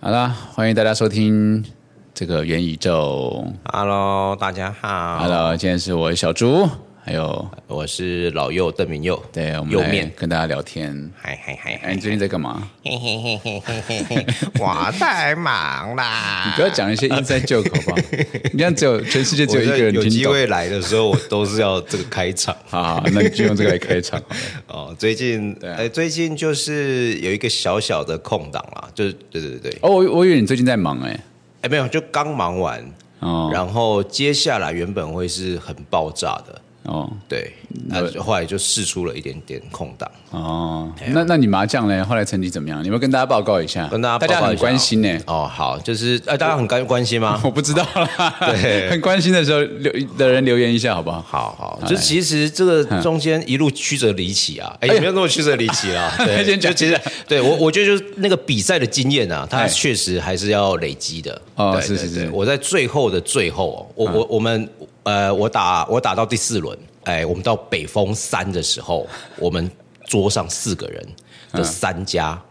好啦，欢迎大家收听这个元宇宙。 Hello，大家好 Hello，今天是我小猪，还有我是老右邓明佑，对我们右来面，跟大家聊天。嗨嗨嗨哎，嗨你最近在干嘛？嘿嘿嘿嘿嘿嘿嘿，我太忙啦 你不要，讲一些 inside joke 好不好？ 你这样只有全世界只我有一个这人有听机懂。会来的时候，我都是要这个 开场好好，那你就用这个来开场。哦。最近，啊哎、最近就是有一个小小的空档啦，就是对对对，对哦，我我以为你最近在忙哎、哎、没有，就刚忙完，哦然后接下来原本会是很爆炸的，哦对，那就后来就试出了一点点空档。哦，那那你麻将呢？后来成绩怎么样？你们跟大家报告一下，哎跟大家报告一下很关心 呢、哦，好，就是哎、大家很关关心吗？我不知道啦，对 很关心的时候留的人留言一下好不好？好好，就其实这个中间一路曲折离奇啊，哎，也没有那么曲折离奇 啦。对，先讲就其实对我，我觉得就是那个比赛的经验啊，它哎确实还是要累积的。哦对是对是对是嗯我在最后的最后哦，我我我们呃，我打我打到第四轮，哎，我们到北风三的时候，我们桌上四个人的三家嗯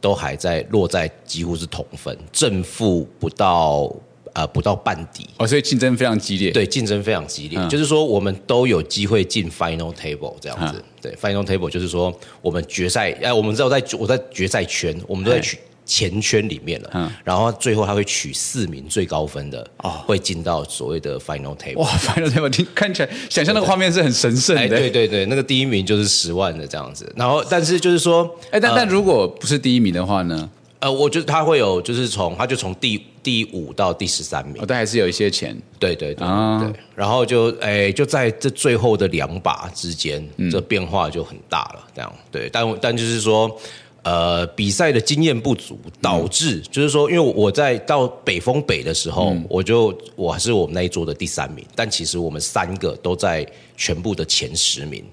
都还在落在几乎是同分，正负不到呃不到半底。哦，所以竞争非常激烈。，对，竞争非常激嗯烈，就是说我们都有机会进 final table 这样子。嗯对，final table 就是说我们决赛，哎、我们知道在我在决赛圈，我们都在取前圈里面了。嗯然后最后他会取四名最高分的，会进到所谓的 final table 哦哇。，反正我听看起来想象那个画面是很神圣的。哎，对对对，那个第一名就是十万的这样子。然后，但是就是说，哎，但呃但如果不是第一名的话呢？呃，我觉得他会有，就是从他就从第第五到第十三名哦，。但还是有一些钱。对对对、啊对，然后就哎，就在这最后的两把之间，这变化就很大了。这样对，但但就是说，呃，比赛的经验不足，导致、就是说，因为我在到北风北的时候，我就我是我们那一桌的第三名，但其实我们三个都在全部的前十名。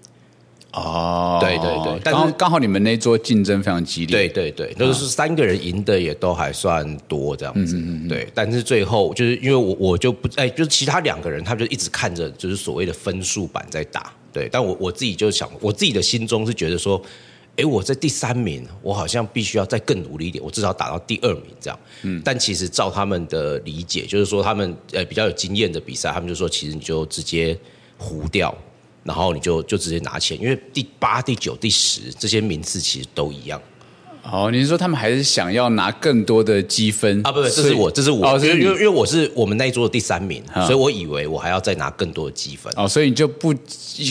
哦对对对但刚是好刚好你们那一桌竞争非常激烈。对，对对，就是三个人赢的也都还算多这样子，对。但是最后就是因为我我就不哎，就是其他两个人他们就一直看着就是所谓的分数板在打，对。但我我自己就想，我自己的心中是觉得说，哎，我在第三名，我好像必须要再更努力一点，我至少打到第二名这样。嗯。但其实照他们的理解，就是说他们呃比较有经验的比赛，他们就说其实你就直接糊掉。然后你就就直接拿钱，因为第八、第九、第十这些名次其实都一样，哦，你是说他们还是想要拿更多的积分啊，不是，这所以是我，这是我，哦，因这为是因为你因为我是我们那一桌的第三名，所以我以为我还要再拿更多的积分。哦，所以你就不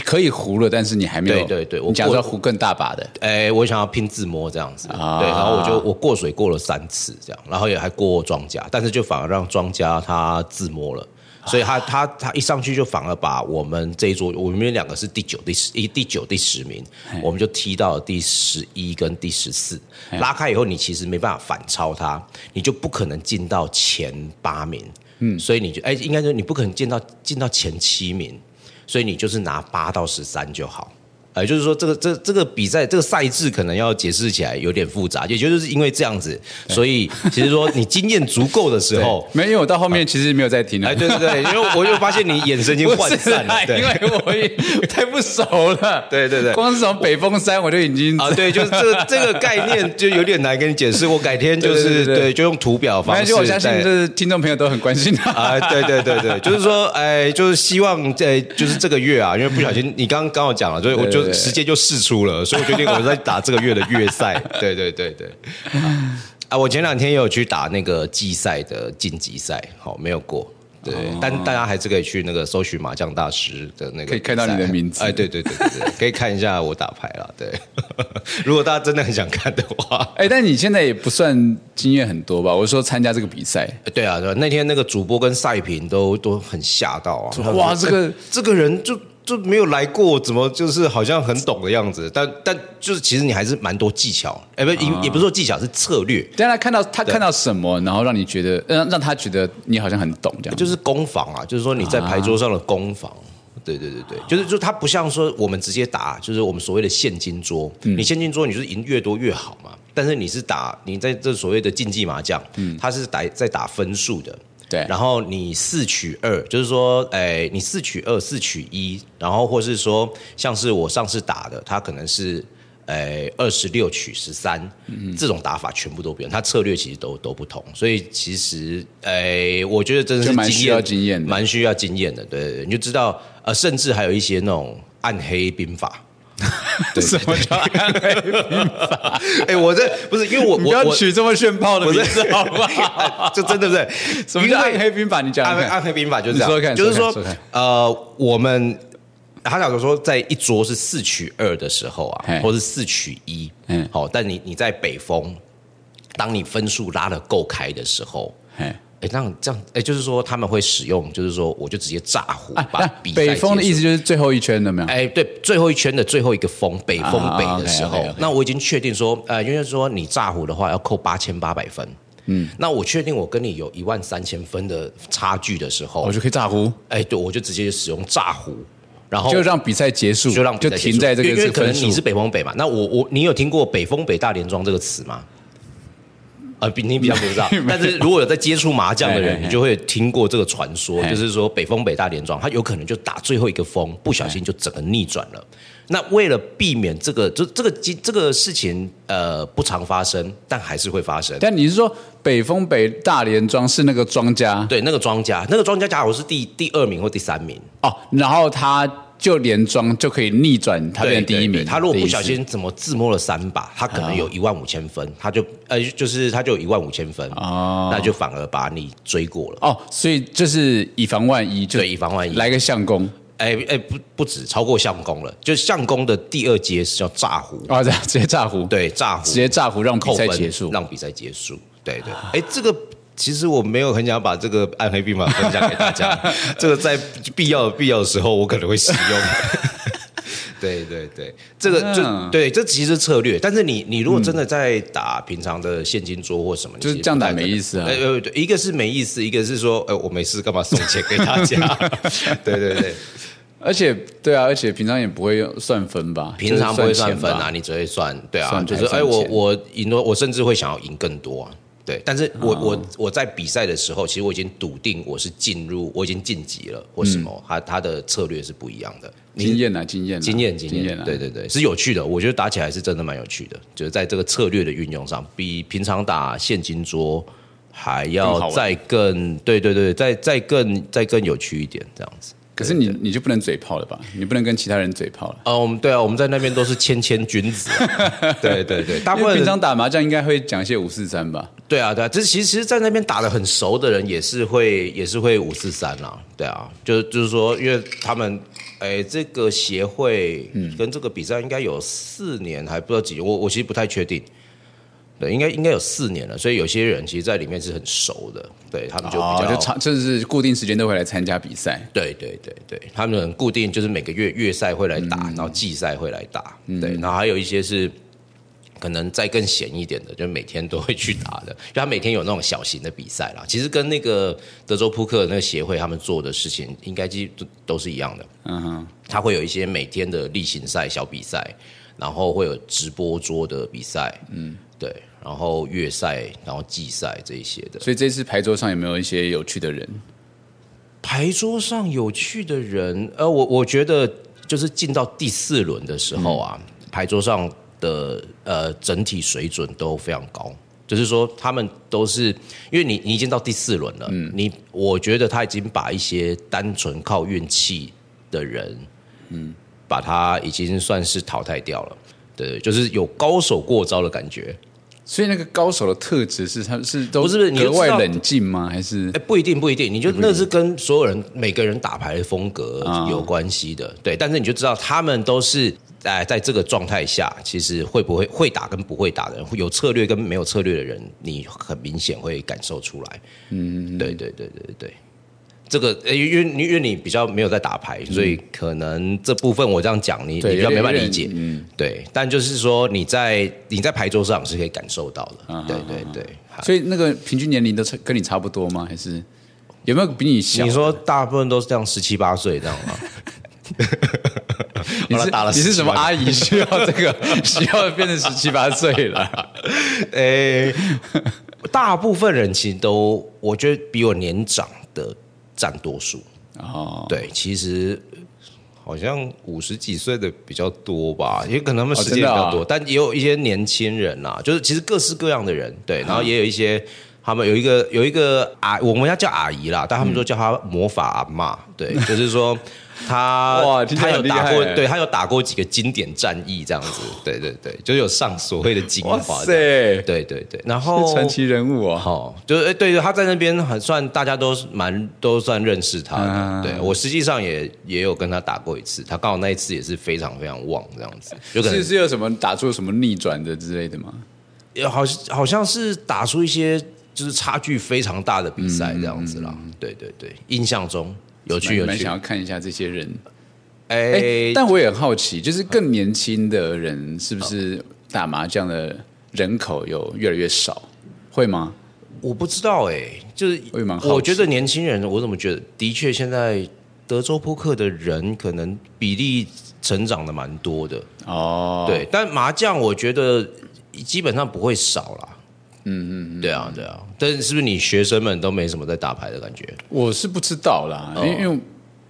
可以胡了，但是你还没有对对对我你假如要我胡更大把的。哎，我想要拼自摸这样子，啊，对，然后我就我过水过了三次这样，然后也还过庄家，但是就反而让庄家他自摸了。所以他他他一上去就反而把我们这一桌，我们两个是第九、第十一、第九、第十名，我们就踢到了第十一跟第十四，拉开以后你其实没办法反超他，你就不可能进到前八名，嗯，所以你就哎，应该说你不可能进到进到前七名，所以你就是拿八到十三就好。呃，就是说这个这这个比赛这个赛制可能要解释起来有点复杂，也就是因为这样子，所以其实说你经验足够的时候没有，因为我到后面其实没有在听了。哦哎，对对对，因为我就发现你眼神已 经不涣是散啦了，对因为我也 太不熟了。 对对对光是从北峰山我就已经啊，对，就是这个这个概念就有点难跟你解释，我改天就对对对是对对，就用图表反方正式就我相信，再就是听众朋友都很关心他。 啊，对对对对，就是说，哎，就是希望，哎，就是这个月啊，因为不小心，你刚刚刚我讲了，所以我对对就对时间就试出了，所以我决定我在打这个月的月赛。 对对对对。啊，我前两天也有去打那个季赛的晋级赛，好、没有过。哦对，但大家还是可以去那个搜寻麻将大师的那可个比赛，以看到你的名字哎，对对对对对，可以看一下我打牌了。对， 如果大家真的很想看的话， 哎、但你现在也不算经验很多吧？我是说参加这个比赛，对啊，对啊，那天那个主播跟赛评都都很吓到啊！哇他这说个哎这个人就就没有来过，怎么就是好像很懂的样子？但但就是其实你还是蛮多技巧，哎，不啊也也不是说技巧，是策略，但他看到他看到什么，然后让你觉得呃让让他觉得你好像很懂这样。就是攻防啊，就是说你在牌桌上的攻防。啊对对对对，就是就它不像说我们直接打，就是我们所谓的现金桌，嗯你现金桌你就是赢越多越好嘛。但是你是打你在这所谓的竞技麻将，嗯它是打在打分数的。对然后你四取二，就是说，哎，你四取二、四取一，然后或是说，像是我上次打的，它可能是诶二十六取十三，嗯这种打法全部都变，他策略其实都都不同，所以其实诶、我觉得真的是就蛮经验需要经验的蛮需要经验的，对对对，你就知道呃，甚至还有一些那种暗黑兵 法。对什么叫暗黑？哎、我这不是因为 我你不要我取这么炫炮的名字好不好？ 我，就真的不是什么叫暗黑兵法？你讲暗讲黑看暗黑兵法就是这样，你说看就是说看呃，我们他假如说在一桌是四取二的时候啊嘿，或是四取一，嗯嗯，好，但你你在北风，当你分数拉的够开的时候。嘿哎，那样这样，哎，就是说他们会使用，就是说，我就直接炸胡啊把那比赛北风的结束意思就是最后一圈了没有？哎，对，最后一圈的最后一个风，北风啊北的时候， OK，OK，OK 那我已经确定说，呃，因为说你炸胡的话要扣八千八百分，嗯，那我确定我跟你有一万三千分的差距的时候我，哦就可以炸呼，哎，对，我就直接使用炸胡，然后就让比赛结束，哦就让比赛结束停在这因为因为个可能分你数是。北风北嘛，那我我你有听过北风北大连庄这个词吗？呃，比你比较不知道，但是如果有在接触麻将的嘿嘿人，嘿你就会听过这个传说，嘿就是说北风北大连庄，他有可能就打最后一个风，不小哎心就整个逆转了。那为了避免这个，就这个机这个事情，呃，不常发生，但还是会发生。但你是说北风北大连庄是那个庄家对，那个庄家，那个庄家假如是第第二名或第三名，哦，然后他就连庄就可以逆转，他对变成第一啊对名的对意思。他如果不小心怎么自摸了三把，他可能有一万五千分，他就呃就是他就有一万五千分哦那就反而把你追过了。哦，所以就是以防万一，就对，以防万一，来个相公哎哎不不止超过相公了，就是相公的第二阶是叫炸胡，啊，这样直接炸胡，，对，炸胡直接炸胡让比扣赛分结束。让比赛结束。对对，哎，这个。其实我没有很想把这个暗黑兵法分享给大家， 这个在必要必要的时候我可能会使 用。对对对，这个嗯就对，这其实是策略。但是你你如果真的在打平常的现金桌或什么，就是你其实这样打不太可能没意思啊呃呃，对一个是没意思，一个是说，呃，我没事干嘛送钱给 大家？对对对，而且对啊，而且平常也不会用算分吧，平常不会就是算钱分吧啊，。你只会算对啊，算就是牌哎，我算钱我赢了，我甚至会想要赢更多啊。对，但哦是我、我我在比赛的时候，其实我已经笃定我是进入，我已经晋级了或什么，他他的策略是不一样的。经验啊，嗯经验啊，经验经验，啊，对对对，是有趣的。我觉得打起来是真的蛮有趣的，就是在这个策略的运用上，比平常打现金桌还更好要玩再更对对对，再再更再更有趣一点这样子。可是你你就不能嘴炮了吧？你不能跟其他人嘴炮了。啊，我们对啊，我们在那边都是谦谦君子啊、 对对对，大部因分为人平常打麻将应该会讲一些五四三吧？对啊，对啊，这其实其实，在那边打的很熟的人也是会也是会五四三啦，对啊，就就是说，因为他们哎，这个协会嗯跟这个比赛应该有四年，还不知道几，我我其实不太确定。对，应该应该有四年了，所以有些人其实，在里面是很熟的，对他们就比哦，较、就常就是固定时间都会来参加比赛。对对对对，他们很固定，就是每个月月赛会来打，然后季赛会来打，对，然后还有一些是可能再更闲一点的，就每天都会去打的， 就他每天有那种小型的比赛啦。其实跟那个德州扑克那个协会他们做的事情，应该其实都都是一样的。嗯哼，他会有一些每天的例行赛、小比赛，然后会有直播桌的比赛，嗯，对，然后月赛，然后季赛这一些的。所以这次牌桌上有没有一些有趣的人？牌桌上有趣的人，呃，我我觉得就是进到第四轮的时候啊，牌桌上的呃整体水准都非常高。就是说，他们都是因为你你已经到第四轮了，你我觉得他已经把一些单纯靠运气的人，嗯，把他已经算是淘汰掉了。对，就是有高手过招的感觉。所以那个高手的特质是他是都不是不是你就格外知道冷静吗？还是哎、不一定，不一定，你就那是跟所有人每个人打牌的风格啊有关系的，对。但是你就知道他们都是哎，在这个状态下，其实会不会会打跟不会打的人，有策略跟没有策略的人，你很明显会感受出来。嗯，对对对对对。这个，哎因为你因为你比较没有在打牌，所以可能这部分我这样讲，你嗯你对比较没办法理有解点。嗯对，但就是说你在你在牌桌上是可以感受到啊的。对对对。好所以那个平均年龄都差跟你差不多吗？还是有没有比你小？你说大部分都是这样十七八岁这样吗？你好是了打了你是什么18阿姨需要这 个需要变成十七八岁了？诶、大部分人其实都，我觉得比我年长的占多数。哦，对，其实好像五十几岁的比较多吧，也可能他们哦时间比较真的多，啊但也有一些年轻人啦、就是其实各式各样的人，啊对，然后也有一些。他们有一个有一个阿，我们要叫阿姨啦，但他嗯们都叫她魔法阿嬷， 对，就是说她哇听起她来有很厉打害过，欸对她有打过几个经典战役这样子，对对对，就是有上所谓的精华哇这样，塞，对对对，然是后传奇人物哦。哦，就是哎对对，他在那边很算大家都是蛮都算认识他的。嗯对我实际上也也有跟他打过一次，他刚好那一次也是非常非常旺这样子，有可是能是有什么打出什么逆转的之类的吗？也好像好像是打出一些就是差距非常大的比赛这样子啦。对对对，印象中有趣有嗯蛮趣想。要看一下这些人。哎、哎，但我也很好奇，就是更年轻的人是不是打麻将的人口有越来越少？会吗？我不知道哎、就是我也蛮好奇我觉得年轻人，我怎么觉得的确现在德州扑克的人可能比例成长的蛮多的。哦，，对，但麻将我觉得基本上不会少啦。嗯嗯，对啊对啊，但是是不是你学生们都没什么在打牌的感觉？我是不知道啦，哦因为因为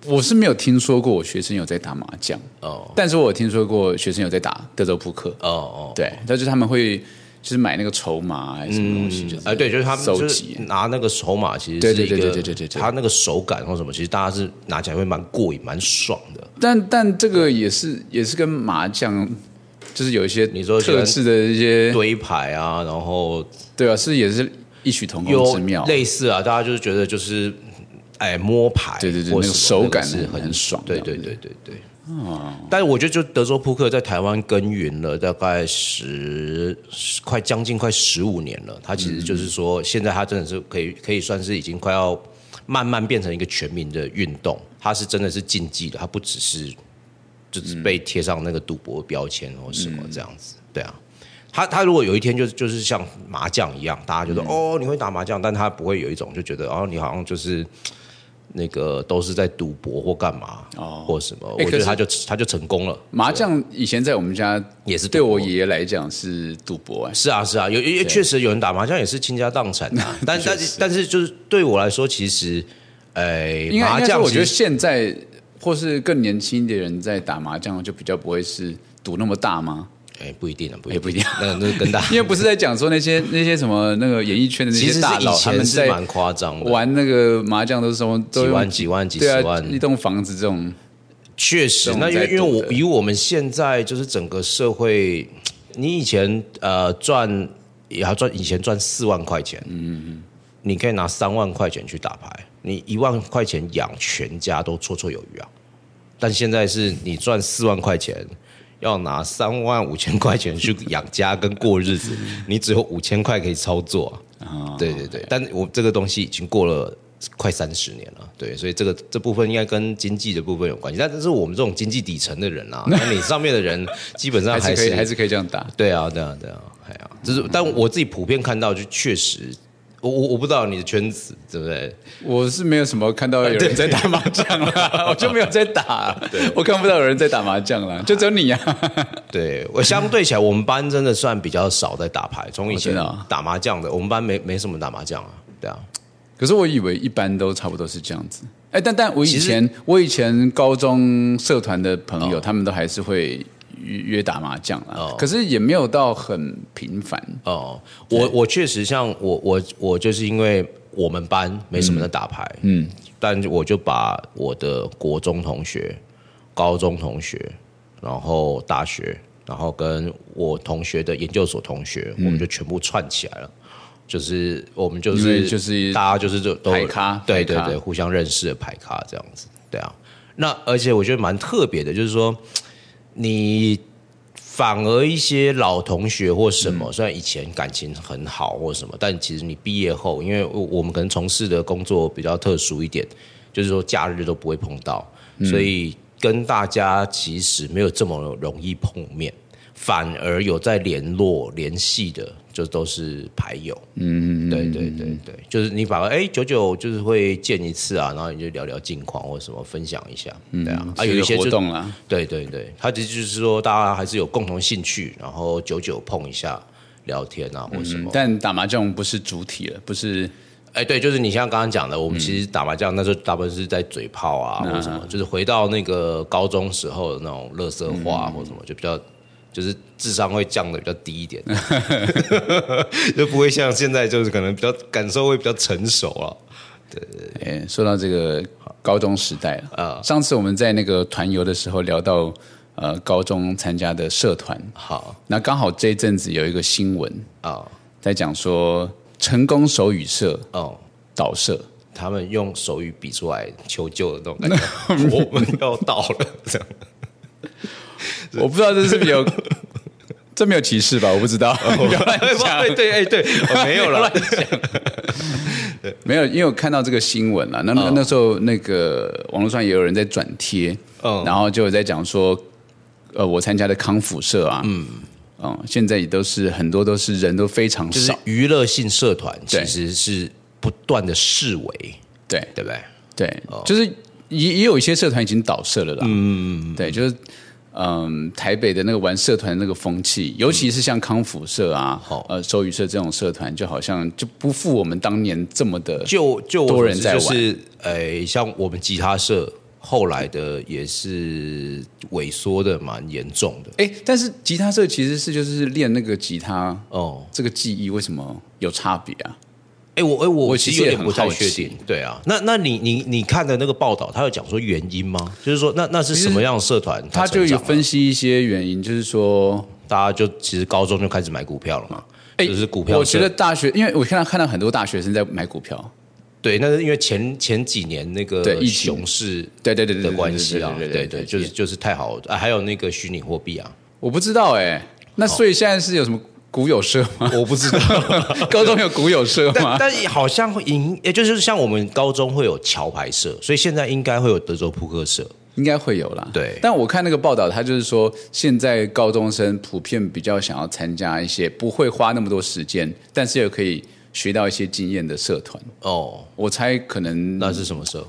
我是没有听说过我学生有在打麻将，哦但是我有听说过学生有在打德州扑克。哦哦，对，但就是他们会就是买那个筹码啊还是什么东西，就是哎对，就是他们收就是集。拿那个筹码，其实对是一对对个对对对对对他那个手感或什么，其实大家是拿起来会蛮过瘾、蛮爽的。但但这个也是也是跟麻将就是有一些你说喜欢特制的一些堆牌啊，然后对啊，是也是异曲同工有之妙。类似啊，大家就是觉得就是哎摸牌，对对对或那什个么手那个感是很很爽对这对样子哦对对对。但是我觉得，就德州扑克在台湾耕耘了大概十十快将近快十五年了，它其实就是说，现在它真的是可以可以算是已经快要慢慢变成一个全民的运动，它是真的是竞技的，它不只是就是嗯被贴上那个赌博标签或什么这样子，对啊。他他如果有一天就是就是像麻将一样，大家就嗯说、哦你会打麻将，但他不会有一种就觉得哦你好像就是那个都是在赌博或干嘛哦或什么，欸我觉可得是他就他就成功了。麻将以前在我们家也是赌对我博爷爷来讲是赌博哎、是啊，是啊，有有确实有人打麻将也是倾家 荡产的、啊，但但是但是就是对我来说，其实，哎、应该麻应该将说我其觉得实现在或是更年轻的人在打麻将就比较不会是赌那么大吗？哎、不一定啊，不也不一定，那那跟大 因为不是在讲说那些 那些什么那个演艺圈的那其些实是大以佬，他们前是蛮在夸张的，玩那个麻将都是什么都几用万几万几对十啊万，，一栋房子这种确实，那因为因这为种在赌我的以我们现在就是整个社会，你以前呃赚也要赚以前赚四万块钱，嗯嗯，你可以拿三万块钱去打牌，你一万块钱养全家都绰绰有余啊。但现在是你赚四万块钱，要拿三万五千块钱去养家跟过日 子，你只有五千块可以操作、啊。啊，对对对，但我这个东西已经过了快三十年了，对，所以这个这部分应该跟经济的部分有关系。但这是我们这种经济底层的人啊，那你上面的 人基本上还是还是可以还是可以这样打。对啊，对啊，对啊，哎呀、就是，但我自己普遍看到，就确实，我我我不知道你的圈子对不对？我是没有什么看到有人在打麻将啦， 我就没有在打，啊我看不到有人在打麻将啦，就只有你啊。对我相对起来，我们班真的算比较少在打牌，从以前哦真的啊打麻将的，我们班没没什么打麻将啊，对啊，可是我以为一般都差不多是这样子。哎，但但我以其实哦前我以前高中社团的朋友，他们都还是会约约打麻将啦，可是也没有到很频繁。哦，我我确实像我我我就是因为我们班没什么人打牌，嗯，但我就把我的国中同学、高中同学，然后大学，然后跟我同学的研究所同学，我们就全部串起来了。就是我们就因是为就是大家就是就都牌咖对牌对咖对，互相认识的牌咖这样子，对啊。那而且我觉得蛮特别的，就是说你反而一些老同学或什嗯么，虽然以前感情很好或什么，但其实你毕业后，因为我我们可能从事的工作比较特殊一点，就是说假日都不会碰到，所以跟大家其实没有这么容易碰面，反而有在联络联系的，就都是牌友。嗯，对对对对，就是你反而哎久久就是会见一次啊，然后你就聊聊近况或什么，分享一下，对啊，啊有一些嗯活就动啦，对对对，他其实就是说大家还是有共同兴趣，然后久久碰一下聊天啊或什么。但打麻将不是主体了，不是哎，对，就是你像刚刚讲的，我们其实打麻将那时候大部分是在嘴炮啊，或者什么，就是回到那个高中时候的那种乐色话或什么，就比较就是智商会降的比较低一点， 就不会像现在就是可能比较感受会比较成熟了、哎，说到这个高中时代了，啊，上次我们在那个团游的时候聊到，呃，高中参加的社团，好那刚好这一阵子有一个新闻啊，在讲说成功手语社哦、倒社，他们用手语比出来求救的那种感觉，我们要到了这样。我不知道这是不 是有，这没有歧视吧？我不知道，不要 乱讲对 对，哎对，哦没有了，没有，因为我看到这个新闻啊了。那那、那时候那个网络上也有人在转贴，嗯然后就有在讲说，呃，我参加的康复社啊，嗯，嗯，现在也都是很多都是人都非常就是少，娱乐性社团对其实是不断的示威，对对不对？对，就是也也有一些社团已经倒社了啦，哦嗯，对，就是。嗯，台北的那个玩社团的那个风气，尤其是像康复社啊、好呃手语社这种社团，就好像就不复我们当年这么的就就我多人所知在玩就是呃，像我们吉他社后来的也是萎缩的蛮严重的哎、但是吉他社其实是就是练那个吉他哦。这个技艺为什么有差别啊？哎，我哎我我其其实实有也点很不太好确奇定，对啊。那那你你你看的那个报道，他有讲说原因吗？就是说那那是什么样的社团他就成有长了？分析一些原因，就是说，大家就其实高中就开始买股票了嘛，哎、就是股票社。我觉得大学，因为我看到看到很多大学生在买股票，对，那是因为前前几年那个对疫情熊市对对对对的对关系啊，对对对，就是就是太好啊，还有那个虚拟货币啊，我不知道哎、那所以现在是有什么股友社吗？哦我不知道， 高中有股友社 但吗？但也好像会赢，也就是像我们高中会有桥牌社，所以现在应该会有德州扑克社，应该会有啦。对但我看那个报道，他就是说，现在高中生普遍比较想要参加一些不会花那么多时间，但是又可以学到一些经验的社团。哦，嗯我猜可能那是什么社？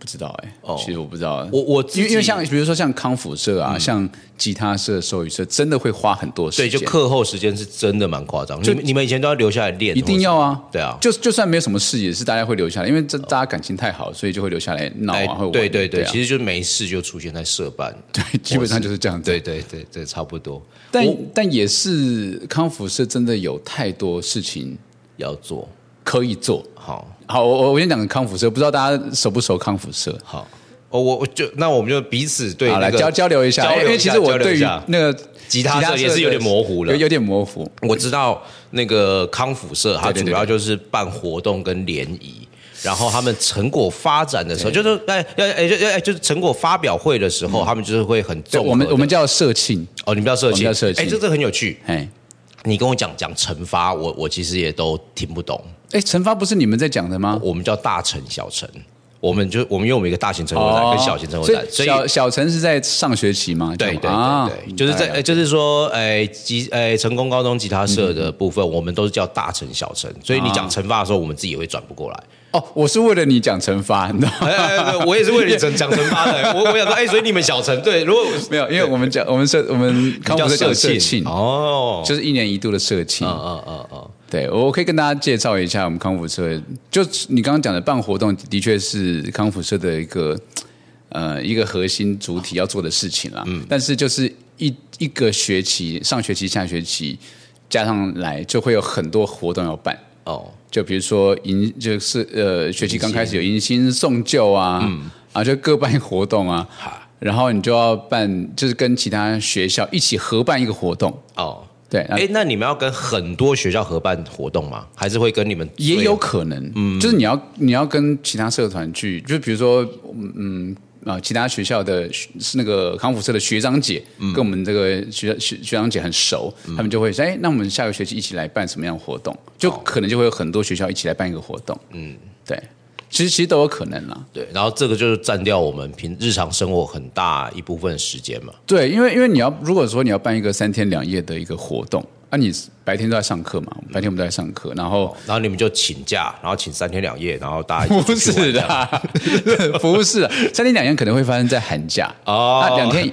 不知道哎、哦其实我不知道。我我自己嗯因为因为像比如说像康复社啊，像吉他社、手语社，真的会花很多时对，间，就课后时间是真的蛮夸张，你们你们以前都要留下来练，一定要啊。对啊就就算没有什么事，也是大家会留下来，因为这大家感情太好，所以就会留下来闹哎啊，会玩。对对对，啊其实就没事就出现在社办，对，基本上就是这样子。对对对对，差不多但但也是康复社真的有太多事情要做可以做。好。好，我我我先讲康复社，不知道大家熟不熟康复社？好，哦，我我就那我们就彼此对好，那来个交交流一下，交流一下因为其实我对于交流一下那个吉他社也是的有点模糊了有有点模糊。我知道那个康复社，它对对主对要就是办活动跟联谊。然后他们成果发展的时候，就是哎要哎就哎就是成果发表会的时候，他们就是会很嗯对，重。我们我们叫社庆，哦，你们叫社我庆，们叫社庆哎，这这很有趣。哎你跟我讲讲惩罚，我我其实也都听不懂。哎，惩罚不是你们在讲的吗？我们叫大成小成，我们就我们因为我们有一个大型成果展跟小型成果展，所以哦小小陈是在上学期吗？对对这样吗对对，就是在啊呃就是说，哎，吉哎成功高中吉他社的部嗯分，我们都是叫大成小成，所以你啊讲惩罚的时候，我们自己也会转不过 来。哦，我是为了你讲惩罚，你知道吗？哎 哎，哎我也是为了你讲讲惩罚的，我我想说，哎，所以你们小成对，如 果没有，因为我们讲我们社我们康复社叫社庆，哦，就是一年一度的社庆。嗯嗯嗯嗯，对，我我可以跟大家介绍一下我们康复社。就你刚刚讲的办活动，的确是康复社的一个呃一个核心主体要做的事情啦。嗯，但是就是一一个学期，上学期、下学期加上来，就会有很多活动要办。哦，就比如说迎，就是呃，学期刚开始有迎新送旧啊，啊，就各办活动啊，然后你就要办，就是跟其他学校一起合办一个活动，哦。对，啊哎，那你们要跟很多学校合办活动吗？还是会跟你们也有可能，就是你要你要跟其他社团去，就比如说，嗯嗯啊，其他学校的学是那个康复社的学长姐，跟我们这个学学学长姐很熟，他们就会说，哎，那我们下个学期一起来办什么样的活动？就可能就会有很多学校一起来办一个活动，哦嗯，对，其实其实都有可能啦。对，然后这个就是占掉我们平日常生活很大一部分时间嘛。对，因为因为你要如果说你要办一个三天两夜的一个活动，啊，你白天都在上课嘛？白天我们都在上课，然后然后你们就请假，然后请三天两夜，然后大家一起哦不出去玩是这 样啦，不是啦，三天两夜可能会发生在寒 假哦啊，两 天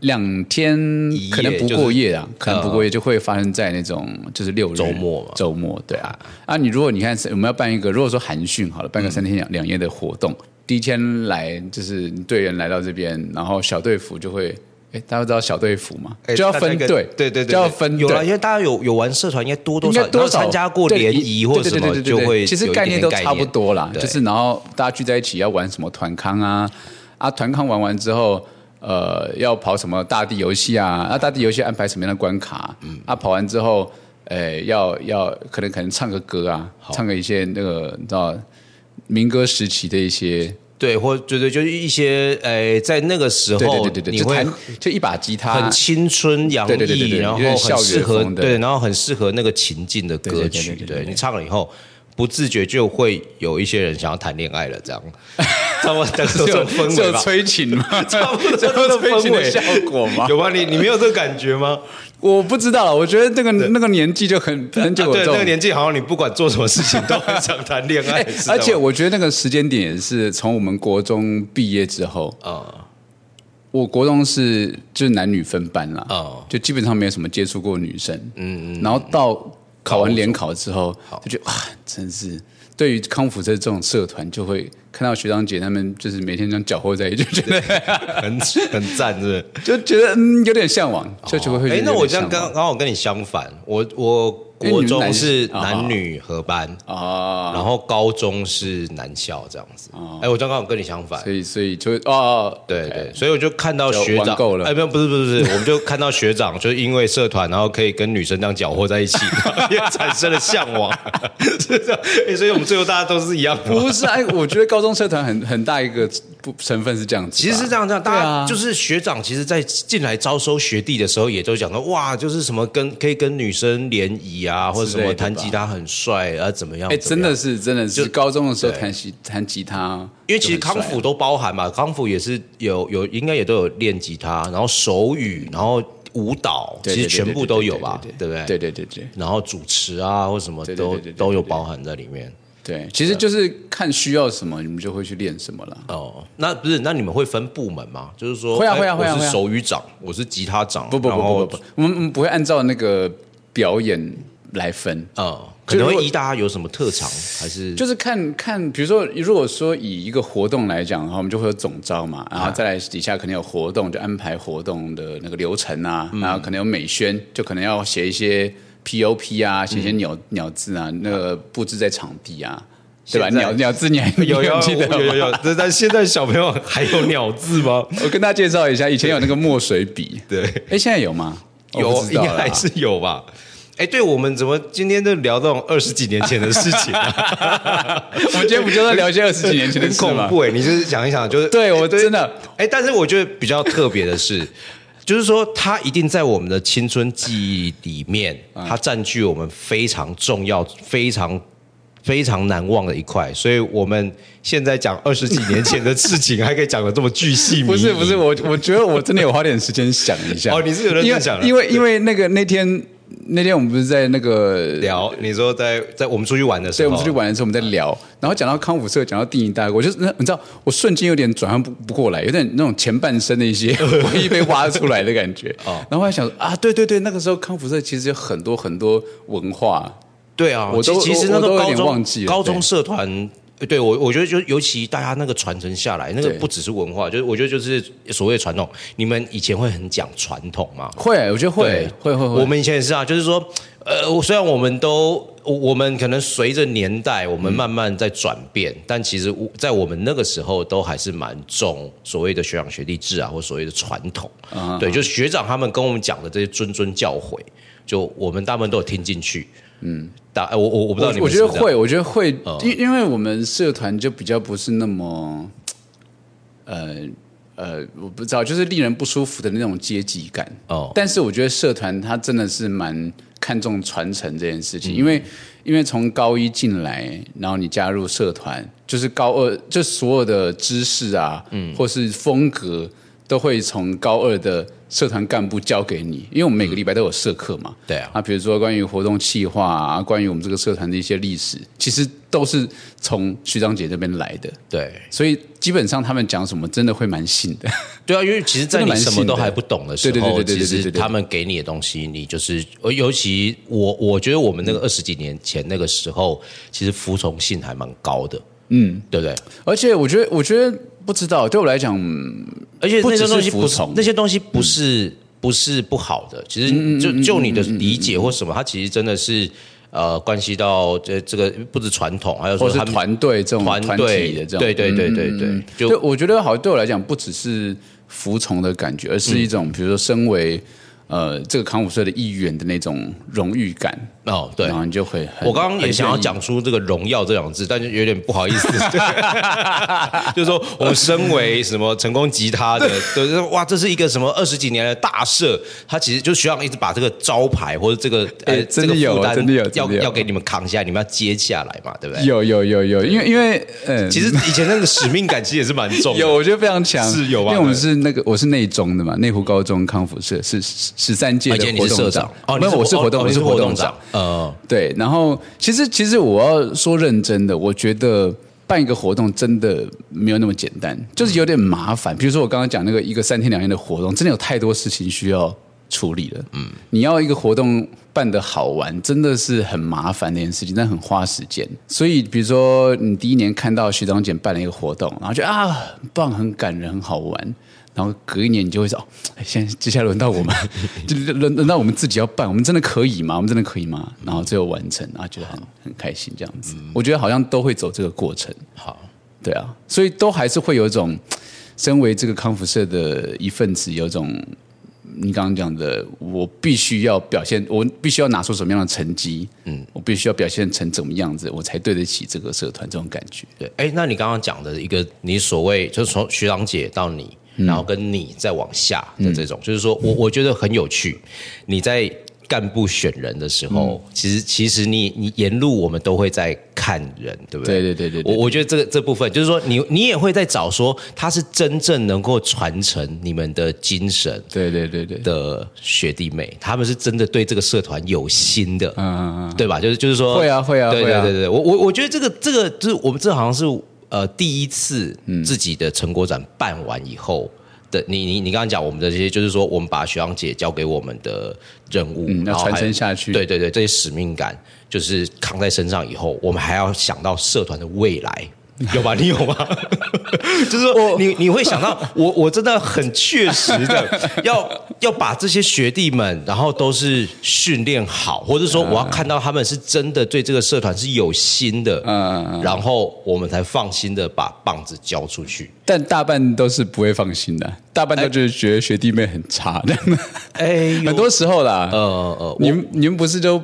两天一夜可能不就是过夜啊，可能不过夜就会发生在那种就是六日周末嘛周末对啊啊，你如果你看我们要办一个，如果说寒训好了，嗯办个三天两两夜的活动，第一天来就是你队员来到这边，然后小队服就会。哎，大家都知道小队服嘛，哎就要大家分应该队，对对对，就要分有啊队了，。因为大家有有玩社团，应该多多应少该多然后少参加过联谊或者什对对么，对对就对对会其实有一概点念点都差不多啦，对就是然后大家聚在一起要玩什么团康啊啊，团康玩完之后。呃，要跑什么大地游戏啊？那、大地游戏安排什么样的关卡、嗯，啊，跑完之后，呃，要要可能可能唱个歌啊，唱个一些那个你知道民歌时期的一些，对，或对对，就是一些呃，在那个时候对对对对对，你就会弹就一把吉他，啊很青春洋对对对对溢，对然后有点很校园适合风的对，然后很适合那个情境的歌对对对曲。对对对对对你唱了以后，不自觉就会有一些人想要谈恋爱了，这样， 差不多大概都是这有 种氛是围有吧。催情 吗？差 不多是有这种催情氛的围效果吗？有吗？你你没有这个感觉吗？我不知道了，我觉得那个那个年纪就很很久啊有这对，那种个年纪好像你不管做什么事情都很想谈恋爱 哎，知道而吗且我觉得那个时间点也是从我们国中毕业之后，啊我国中是就是男女分班啦，哦就基本上没有什么接触过女生，嗯嗯，然后到考完联考之后，就觉得啊，真是。对于康复社这种社团，就会看到学长姐他们就是每天这样搅和在一起，就觉得很很赞，是不是？ 就觉得嗯有点向往，就就会觉得哎，那有我点这向样刚往刚好跟你相反，我我因为国你们中男是啊男女合班，啊，然后高中是男校这样子。哎，我刚刚好跟你相反。所以所以就会哦，对 对，所以我就看到就学长玩够了哎，没有，不是不是不 是，我们就看到学长就是因为社团，然后可以跟女生这样搅和在一起，然后也产生了向 往， 是这样。哎所以我们最后大家都是一样的嘛。不是哎，我觉得高中社团很很大一个不成分是这样子吧，其实是这样，这样，大对家啊就是学长，其实，在进来招收学弟的时候，也都讲说，哇，就是什么跟可以跟女生联谊啊，或者什之类么的吧弹吉他很帅啊，怎么样？哎、怎真么样，的是，真的是高中的时候对弹吉弹吉他，因为其实就很帅康复都包含嘛，康复也是有有，应该也都有练吉他，然后手语，然后舞蹈，对其实对对全部都有吧，对对不对？对对对对然后主持啊，或什么对对都对对对对都有包含在里面。对，其实就是看需要什么，你们就会去练什么了。哦，那不是，那你们会分部门吗？就是说，会啊哎会啊会啊我会是啊手语长，我是吉他长，不不不然后不不不，我们我们不会按照那个表演来分，呃，可就如能会果依大家有什么特长，还是就是看看，比如说，如果说以一个活动来讲的话，我们就会有总招嘛，啊然后再来底下可能有活动，就安排活动的那个流程啊，嗯然后可能有美宣，就可能要写一些 POP 啊，写一些嗯鸟、鸟字啊，那个布置在场地啊，对吧？现在鸟鸟字你 还有你有还记得吗有有有，但但现在小朋友还有鸟字吗？我跟大家介绍一下，以前有那个墨水笔， 对，哎，现在有吗？我有不知应道啦该还是有吧。哎，对我们怎么今天就聊到二十几年前的事情 啊？ 我们今天不就在聊一些二十几年前的 很事恐吗？怖哎！你就是想一想，就是对我真的哎，但是我觉得比较特别的是， 就是说它一定在我们的青春记忆里面，嗯它占据我们非常重要、非常非常难忘的一块。所以我们现在讲二十几年前的事情，还可以讲的这么巨细靡 遗。不是不是，我我觉得我真的有花点时间想一下。 哦你是有认真因为想的因为因为那个那天那天我们不是在那个，聊，啊你说在在我们出去玩的时对，候，我们出去玩的时候我们在啊聊，然后讲到康复社，讲到定义大国，我就是那你知道，我瞬间有点转换不不过来，有点那种前半生的一些 回忆被挖出来的感 觉。哦，然后还想说啊，对对对，那个时候康复社其实有很多很多文化，对啊，我其都其我实那我个都有高点中忘记了高中对社团，呃对我我觉得就尤其大家那个传承下来，那个对不只是文化，就是我觉得就是所谓传统。你们以前会很讲传统嘛？会，我觉得会对会会会，我们以前也是啊，就是说，呃，我虽然我们都我我们可能随着年代，我们嗯慢慢在转变，但其实我在我们那个时候都还是蛮重所谓的学长学弟制啊，或所谓的传统。啊对，就是学长他们跟我们讲的这些谆谆教诲，就我们大部分都有听进去。嗯，大呃我我我不知道你我们我觉是得不是这样嗯会，我觉得会，因、因为我们社团就比较不是那么，呃呃，我不知道，就是令人不舒服的那种阶级感。哦但是我觉得社团它真的是蛮看重传承这件事嗯情，因为因为从高一进来，然后你加入社团，就是高二，就所有的知识啊，嗯，或是风格都会从高二的社团干部交给你，因为我们每嗯个礼拜都有社课嘛。对啊啊，比如说关于活动计划啊，关于我们这个社团的一些历史，其实都是从徐长姐这边来的，对所以基本上他们讲什么，真的会蛮信的。对啊，因为其实，真在的你蛮什么信都的还不懂的时对对候，对对对其对实对对他们给你的东西，你就是，呃尤其我，我觉得我们那个二十几年前那个时候，其实服从性还蛮高的，嗯，对不对？而且我觉得，我觉得不知道，对我来讲，嗯而且不那些只东是西服不是从那些东西不是、不是不好的，其嗯实就就你的理解或什么，它其实真的是呃关系到这这个不止传统，还有或说是他们团队这种团团队体的这种，嗯对对对对对，就对，我觉得好，对我来讲不只是服从的感觉，而嗯是一种、比如说身为呃这个康复社的一员的那种荣誉感，哦对然。后你就会很我刚刚也想要，很愿意讲出这个“荣耀”这两个字，但是有点不好意 思，就是说我们身为什么成功吉他的，对，就是哇，这是一个什么二十几年的大社，他其实就学长一直把这个招牌或者这个呃、哎这真个的有负担真的有真要的有要给你们扛下来，你们要接下来嘛，对不对？有有有有，因为因为嗯，其实以前那个使命感其实也是蛮重的。有，我觉得非常强，是有吧啊因为我们是那个我是内中的嘛，内湖高中康复社是十十三届而且的你活是社动长长，哦，没你有我是活动，哦我你是是活活动动长长，，呃，对，然后其实其实我要说认真的，我觉得办一个活动真的没有那么简单，就是有点麻烦。比如说我刚刚讲那个一个三天两夜的活动，真的有太多事情需要处理了。嗯，你要一个活动办得好玩，真的是很麻烦的一件事情，但很花时间。所以比如说你第一年看到学长姐办了一个活动，然后觉得啊很棒、很感人、很好玩。然后隔一年你就会说，哦，哎现在接下来轮到我们，就轮轮到我们自己要办，我们真的可以吗？我们真的可以吗？然后最后完成，啊，觉得很很开心这样子。我觉得好像都会走这个过程，好，对啊，所以都还是会有一种身为这个康复社的一份子，有一种你刚刚讲的，我必须要表现，我必须要拿出什么样的成绩，嗯，我必须要表现成怎么样子，我才对得起这个社团这种感觉。对，哎，那你刚刚讲的一个，你所谓就是从学长姐到你，嗯然后跟你再往下的这种，就是说我我觉得很有趣，你在。干部选人的时候，嗯其实其实你你沿路我们都会在看人，对不对？对对对对对我我觉得这个这部分就是说你，你也会在找说他是真正能够传承你们的精神，对对对对，的学弟妹，他们是真的对这个社团有心的，嗯对吧？就是就是说，会啊会啊对会对啊对对，我我我觉得这个这个就是我们这好像是呃第一次嗯自己的成果展办完以后。的你你你刚刚讲我们的这些，就是说我们把学长姐交给我们的任务，嗯要然后还传承下去对对对，这些使命感就是扛在身上以后，我们还要想到社团的未来， 有吧？你有吗？ 就是说你你会想到我我真的很确实 的要要把这些学弟们，然后都是训练好，或者说我要看到他们是真的对这个社团是有心的，嗯，然后我们才放心的把棒子交出去。但大半都是不会放心的，大半都就是觉得学弟妹很差的，哎， 很多时候啦。呃呃，你们你们不是都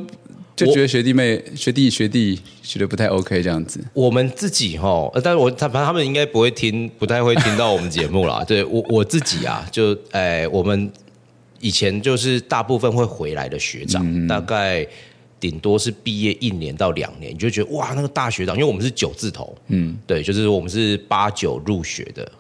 就觉得学弟妹、学弟学弟学的不太 OK 这样子？我们自己哈，呃但是我他反正他们应该不会听，不太会听到我们节目啦。 对我我自己啊，就哎、我们以前就是大部分会回来的学长，大概顶多是毕业一年到两年，你就觉得哇，那个大学长，因为我们是九字头，嗯，对，就是我们是八九入学的。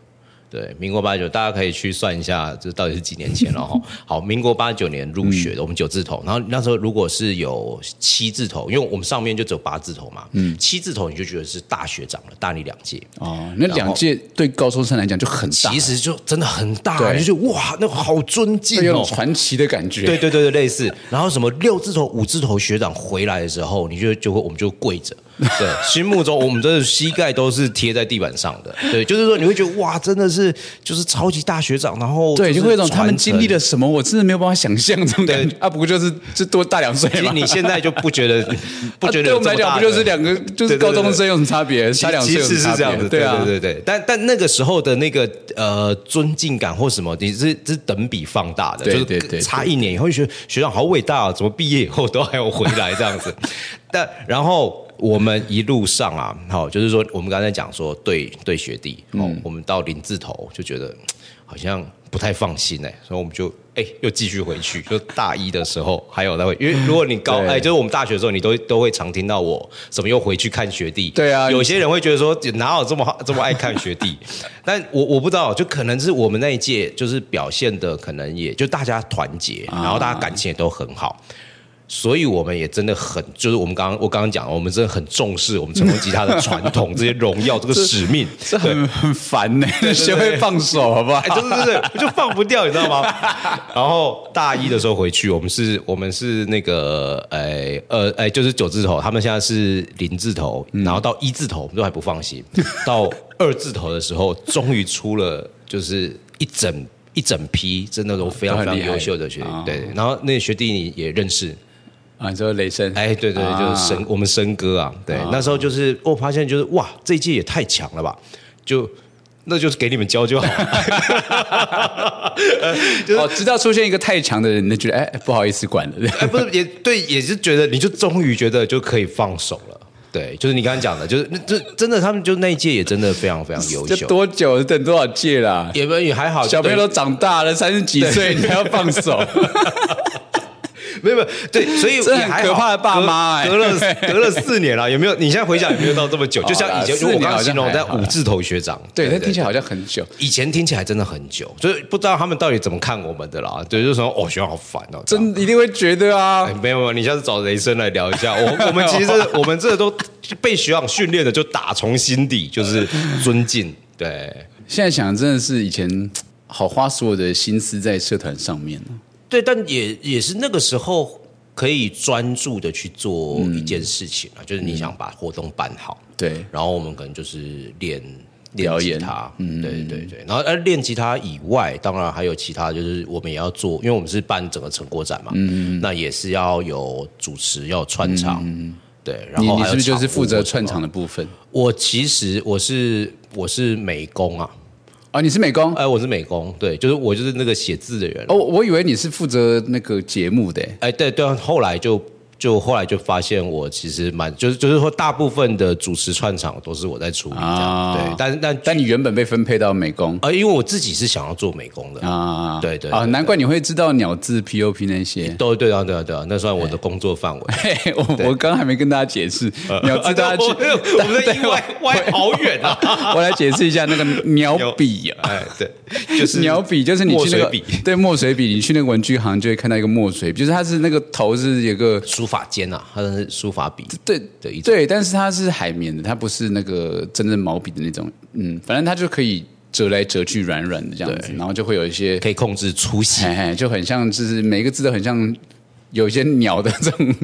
对，民国八九，大家可以去算一下，这到底是几年前了 哈。好，民国八九年入学嗯的，我们九字头，然后那时候如果是有七字头，因为我们上面就只有八字头嘛，嗯，七字头你就觉得是大学长了，大你两届，哦，那两届对高中生来讲就很大，其实就真的很大，对你就觉得哇，那个好尊敬会有哦种，传奇的感觉。对对对对，类似。然后什么六字头、五字头学长回来的时候，你就就会我们就跪着，对，心目中我们真的膝盖都是贴在地板上的，对，就是说你会觉得哇，真的是就是超级大学长，然后对，是就会有种他们传承经历。了什么，我真的没有办法想象这种感觉。啊，不过就是就多大两岁其实嘛。你现在就不觉得不觉 啊得对有我们这么来大讲，的不就是两个就是对对高中生有什么差别？其差两岁其有实什是么这差样别？子，对啊，对对对。但但那个时候的那个呃尊敬感或什么，你是是等比放大的，对就是对对对差一年以后，学学长好伟大啊，怎么毕业以后都还要回来这样子。 但然后我们一路上啊，嗯好，就是说我们刚才讲说对对学弟，哦，我们到林字头就觉得。好像不太放心哎、所以我们就哎、又继续回去，就大一的时候还有那会，因为如果你高对哎，就是我们大学的时候，你都都会常听到我怎么又回去看学弟，对啊有些人会觉得说哪有这么好这么爱看学 弟，但我我不知道，就可能是我们那一届就是表现的可能也就大家团结，然后大家感情也都很好。所以我们也真的很，就是我们刚刚我刚刚讲，我们真的很重视我们成功吉他的传 统，这些荣耀，这个使命，这很 很烦呢、学会放手好不好？哎，对对对，对，就放不掉，你知道吗？ 然后大一的时候回去，我们是，我们是那个，哎呃，哎，就是九字头，他们现在是零字头，嗯然后到一字头，我们都还不放心。到二字头的时候，终于出了，就是一整一整批，真的都非常非都常很厉害优秀的学弟哦。对，然后那学弟你也认识，啊，你说雷声，哎，对对，对就是啊生我们生哥啊，对，那时候就是我发现就是哇，这一届也太强了吧，就那就是给你们教就好了。 哦，直到出现一个太强的人，你就觉得哎，不好意思管了。 哎，不是也对，也是觉得你就终于觉得就可以放手了。对，就是你刚刚讲的，就是那这真的，他们就那一届也真的非常非常优这秀，多久等多少届啦？也不也还好，小朋友都长大了，三十几岁，你还要放手？对没有没有对，所以这很也还好可怕的爸妈哎隔隔了隔了四年了，有没有？你现在回想有没有到这么久？就像好啦以前，四因为我年刚好刚像形容还在好啦五字头学长， 对，但听起来好像很久。以前听起来真的很久，就是不知道他们到底怎么看我们的啦。对，就是说哦，学长好烦哦，这样真一定会觉得啊哎，没有没有，你下次找雷声来聊一下。我我们其 实我们这都被学长训练的，就打从心底就是尊敬。对现在想真的是以前好花所有的心思在社团上面哦对，但也也是那个时候可以专注的去做一件事情啊，就是你想把活动办好。对，然后我们可能就是练练表吉演他，嗯，对对对。然后呃，练吉他以外，当然还有其他，就是我们也要做，因为我们是办整个成果展嘛，嗯，那也是要有主持，要有串场，对。然嗯你后你还有是不是就是负责串场务什么场的部分？我其实我是我是美工啊，啊，你是美工哎、我是美工，对，就是我就是那个写字的人。哦，我以为你是负责那个节目的欸。哎，对对啊，后来就就后来就发现我其实蛮就是就是说大部分的主持串场都是我在处理这样，啊对，但但但你原本被分配到美工呃，因为我自己是想要做美工的，啊，对对啊，对难怪你会知道鸟字 POP 那些。都 对啊对啊对啊，那算哎我的工作 范围。嘿，我我刚刚还没跟大家解释，鸟字大家去呃 啊啊我，我们在意外歪好远啊！ 我来解释一下那个鸟笔啊。哎，对，就是鸟笔就是你去那个墨水笔对墨水笔，你去那个文具行就会看到一个墨水笔，就是它是那个头是有个书法尖啊，它是书法笔对的一种。对，但是它是海绵的，它不是那个真正毛笔的那种，嗯，反正它就可以折来折去，软软的这样子，然后就会有一些，可以控制粗细，嘿嘿，就很像，就是每一个字都很像有一些鸟的这 种，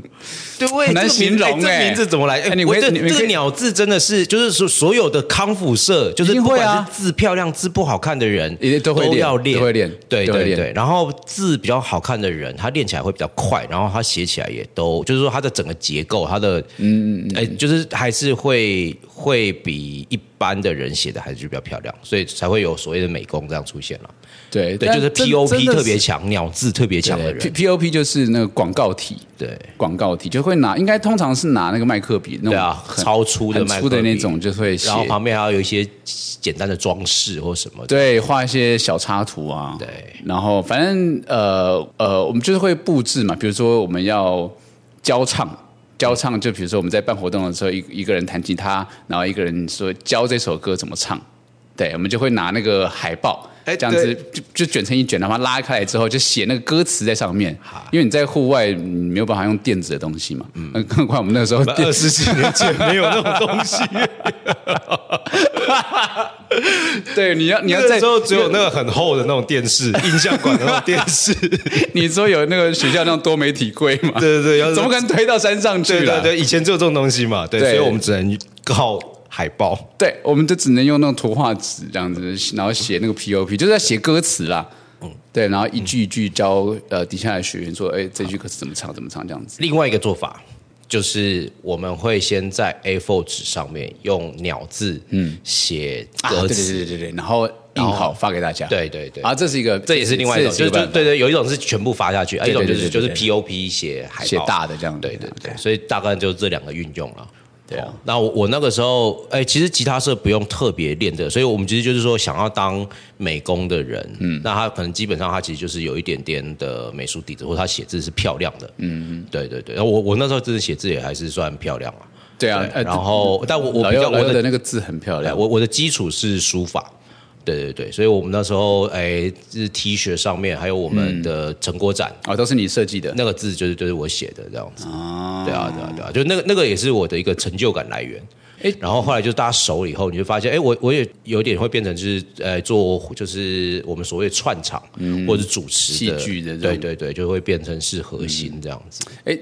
对，我也很难这个名形容哎哎这名字怎么来？哎哎你我会这你会这个鸟字真的是，就是说所有的康复社，就是一定不会啊管是字漂亮、字不好看的人一定，都会练要练，都会练对都会对练对。然后字比较好看的人，他练起来会比较快，然后他写起来也都，就是说他的整个结构，他的嗯，哎，就是还是会会比一般的人写的还是比较漂亮，所以才会有所谓的美工这样出现了。对对，就是 POP 特别强，鸟字特别强的，P 人， P O P 就是那个广告体，对。广告体就会拿，应该通常是拿那个麦克笔，那对种啊，很超粗的很麦粗的克那笔种，就会写然，后旁边还要有一些简单的装饰或什么的。对，画一些小插图啊，对，然后反正呃呃，我们就是会布置嘛，比如说我们要教唱，教唱就比如说我们在办活动的时候，一一个人弹吉他，然后一个人说教这首歌怎么唱，对，我们就会拿那个海报。哎这样子对就就卷成一卷，然后拉开来之后就写那个歌词在上面，因为你在户外你没有办法用电子的东西嘛，嗯，更何况我们那个时 候电二十几年前没有那种东西， 对你要你要 那在时候只有那个很厚的那种电 视，印象馆的那种电视。对你说有那个学校那种多媒体柜嘛，对对，要是怎么可能推到山上去啊对啦对对，以前只有这种东西嘛，对，对所以我们只能靠海报。对，我们就只能用那种图画纸这样子，然后写那个 POP，就是要写歌词啦。嗯，对，然后一句一句教呃底下的学员说，哎，这句歌词怎么唱，怎么唱这样子。另外一个做法就是我们会先在 A4 纸上面用鸟字，嗯，写啊，歌对对词。对对对，然后印好发给大家。对对对啊，这是一个，这也是另外一种，这就也就一个对对，有一种是全部发下去，啊，一种就对是对对就是对 POP 写海报，写大的这样。对对对，所以大概就这两个运用了。对啊，那我我那个时候，哎、其实吉他社不用特别练的，所以我们其实就是说，想要当美工的人，嗯，那他可能基本上他其实就是有一点点的美术底子，或者他写字是漂亮的，嗯嗯，对对对。然后我我那时候真的写字也还是算漂亮啊，对啊，呃然后但我我老比较幺我老幺的的那个字很漂哎，亮，我我的基础是书法，对对对，所以我们那时候哎，是 T 恤上面还有我们的成果展，啊，都是你设计的那个字就是就是我写的这样子，啊，对啊对啊对啊，就那个那个也是我的一个成就感来源。哎哎，然后后来就大家熟了以后，你就发现，哎，我我也有点会变成就是，呃，做就是我们所谓串场、或者主持的嗯戏剧的这种对对对，就会变成是核心这样子。哎，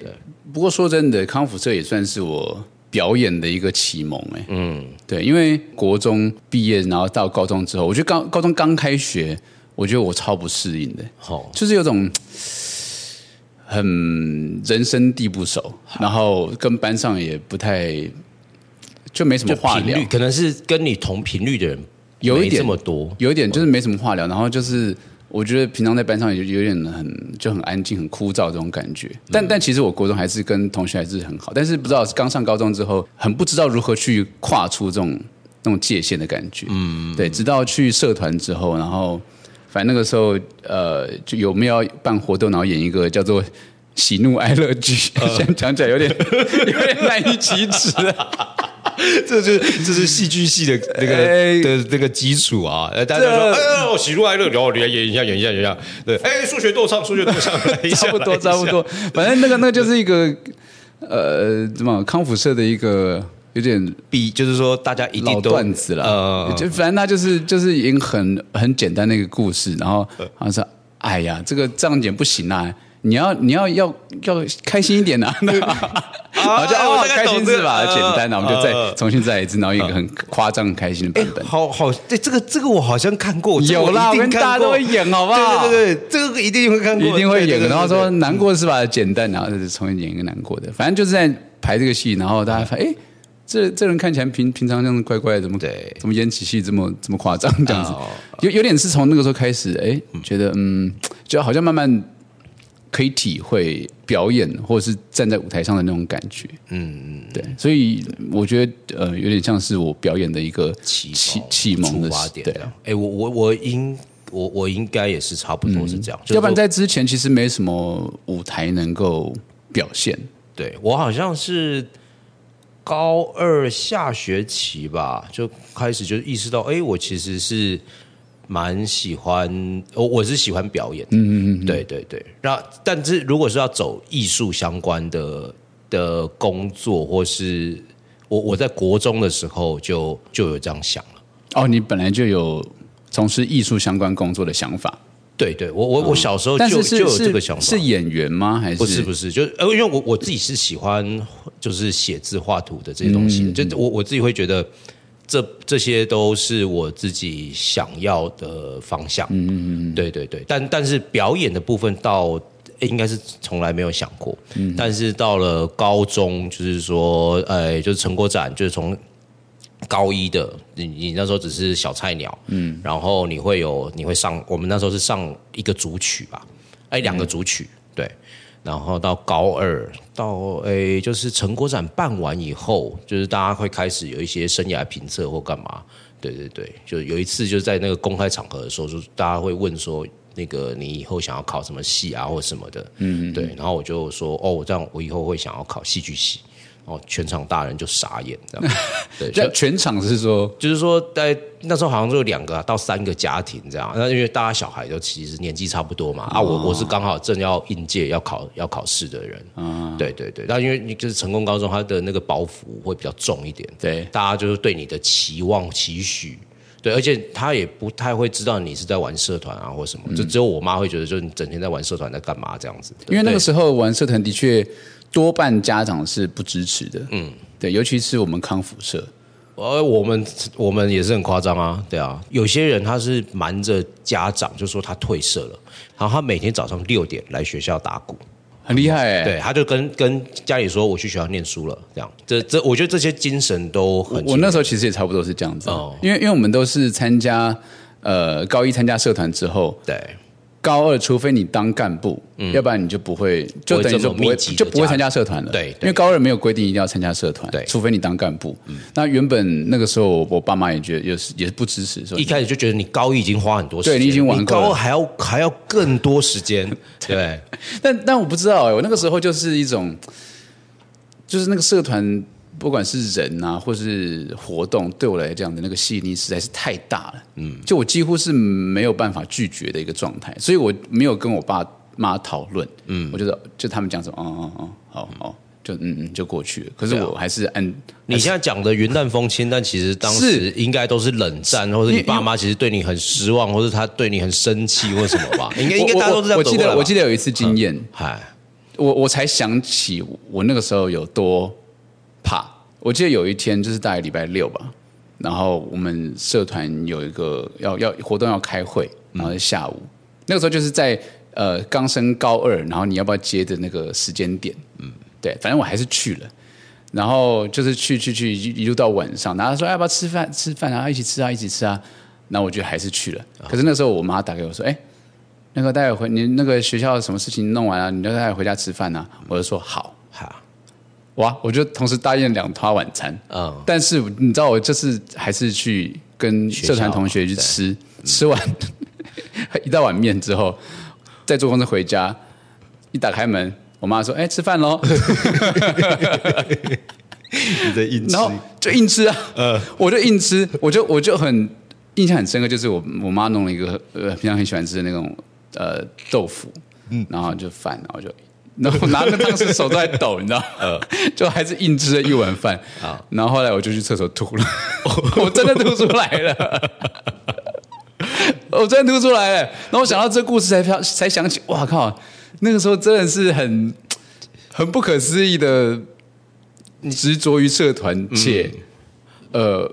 不过说真的，康复社也算是我表演的一个启蒙、哎，嗯，对，因为国中毕业，然后到高中之后，我觉得高高中刚开学，我觉得我超不适应的，好、就是有种嗯很人生地不熟，然后跟班上也不太，就没什么就话频聊率，可能是跟你同频率的人有一没点这么多，有一点就是没什么话聊，然后就是我觉得平常在班上也有点很就很安静、很枯燥这种感觉。但但其实我国中还是跟同学还是很好，但是不知道刚上高中之后，很不知道如何去跨出这种那种界限的感觉。嗯，对，直到去社团之后，然后反正那个时候呃，就有没有要办活动，然后演一个叫做。喜怒哀乐剧， 现在讲起来有点有点难以启齿啊！这就是这是戏剧系的那个、哎的那个基础啊！呃，大家就这说，哎，我喜怒哀乐，然后你来演一下，演一下，演一下。对，哎，数学斗唱，数学斗唱，来一下差不多， 来一下差不多。反正那个那个就是一个呃，怎么康复社的一个有点比就是说，大家一老定都段子了，呃，就反正他就是就是已经很很简单的一个故事，然后嗯他说：“哎呀，这个这样演不行啊。”你要你要要要开心一点 呐、啊， 然后就哎哦我大概开懂心这是个吧？呃简单，然后我们就呃嗯再重新再来一次，然后一个很夸张很开心的版本。哎好好，对这个这个我好像看过，这个有啦，我我一定跟大家看都过会。演，好不好？对对对，这个一定会看过，一定会对演对个，对然后说对难过是吧？简单，然后就是重新演一个难过的，反正就是在排这个戏，然后大家发现，哎，这这人看起来平平常这样子怪怪的，怎么对怎么演起戏这么这么夸张这样子哦？有有点是从那个时候开始，哎，觉得嗯，就好像慢慢可以体会表演或者是站在舞台上的那种感觉，嗯嗯，对，所以我觉得呃，有点像是我表演的一个启启启蒙出的发时点对这。样。哎，我我我应我我应该也是差不多是这样，就是嗯要不然说在之前其实没什么舞台能够表现，对我好像是高二下学期吧，就开始就意识到，哎，我其实是蛮喜欢，我我是喜欢表演，嗯嗯嗯，对对对。那但是如果是要走艺术相关的的工作，或是我我在国中的时候就就有这样想了。哦，你本来就有从事艺术相关工作的想法，对对，我我我小时哦候嗯就、但是就是有这个是想法，是演员吗？还是不是不是，就是呃，因为我我自己是喜欢就是写字画图的这些东西的，就我我自己会觉得这这些都是我自己想要的方向。嗯嗯嗯，对对对，但但是表演的部分到。诶应该是从来没有想过，但是到了高中，就是说，呃，就是成果展，就是从高一的，你你那时候只是小菜鸟，嗯，然后你会有你会上，我们那时候是上一个组曲吧，哎，两个组曲，对，然后到高二到诶，就是成果展办完以后，就是大家会开始有一些生涯评测或干嘛，对对对，就有一次就是在那个公开场合的时候，就是大家会问说。那个你以后想要考什么系啊，或什么的，嗯，对，然后我就说，哦，我这样我以后会想要考戏剧系，哦，全场大人就傻眼，这样，对，这全场是说就是说，在那时候好像就有两个到三个家庭这样。那因为大家小孩都其实年纪差不多嘛，啊，我我是刚好正要应届要考要考试的人，对对对。但因为你就是成功高中，它的那个包袱会比较重一点，对大家就是对你的期望期许。对，而且他也不太会知道你是在玩社团啊或什么，就只有我妈会觉得，就是你整天在玩社团在干嘛这样子。对因为那个对时候玩社团的确多半家长是不支持的，嗯，对，尤其是我们康复社，呃，我们我们也是很夸张啊，对啊，有些人他是瞒着家长，就说他退社了，然后他每天早上六点来学校打鼓，很厉害哎、对，他就跟跟家里说我去学校念书了，这样，这这我觉得这些精神都很我奇怪，我那时候其实也差不多是这样子，哦因为因为我们都是参加呃高一参加社团之后，对高二，除非你当干部，要不然你就不会，就等于嗯这就么不会密集的就不会参加社团了。对对因为高二没有规定一定要参加社团，对嗯除非你当干部。那原本那个时候，我爸妈也觉得也是也是不支持，说一开始就觉得你高一已经花很多时间，对你已经玩你够了高二还要还要更多 时间，对，但但我不知道、欸，我那个时候就是一种，就是那个社团，不管是人啊，或是活动，对我来讲的那个吸引力实在是太大了。嗯，就我几乎是没有办法拒绝的一个状态，所以我没有跟我爸妈讨论。嗯，我觉得就他们讲什么，哦哦哦，好好，就嗯嗯就过去了。可是对啊我还是按你现在讲的云淡风轻，但其实当是时应该都是冷战，或者因你为爸妈其实对你很失望，或者他对你很生气，或什么吧？应该应该我大家都是这我样我走记过来得我记得，得有一次经验，嗨，我我才想起我那个时候有多怕。我记得有一天就是大概礼拜六吧，然后我们社团有一个要要活动要开会，然后是下午、那个时候就是在呃刚升高二，然后你要不要接的那个时间点，嗯，对，反正我还是去了。然后就是去去去，一一路到晚上，然后他说哎要不要吃饭吃饭啊，一起吃啊，一起吃啊。那我就还是去了。可是那时候我妈打给我说，哎，那个待会回你那个学校什么事情弄完啊了、你就待会回家吃饭啊。我就说好，哈，哇，我就同时答应了两套晚餐。嗯，但是你知道，我这次还是去跟社团同学去吃，吃完 一大碗面之后，再坐公车回家，一打开门，我妈说：“哎、吃饭喽。”你的印然后就硬吃啊，我就硬吃，我就我就很印象很深刻，就是我我妈弄了一个呃平常很喜欢吃的那种呃豆腐，然后就饭，然后就。然后我拿那个汤匙手都在抖，你知道，呃， 就还是硬吃了一碗饭啊。然后后来我就去厕所吐 了，我真的吐出来了， 我真的吐出来了。然后我想到这故事才想才想起，哇靠，那个时候真的是很很不可思议的执着于社团嗯且、呃，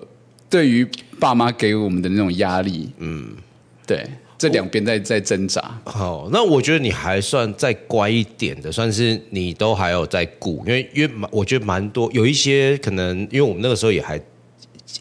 对于爸妈给我们的那种压力，嗯，对，这两边在在挣扎。好，那我觉得你还算再乖一点的，算是你都还有在顾，因为因为蛮我觉得蛮多有一些可能，因为我们那个时候也还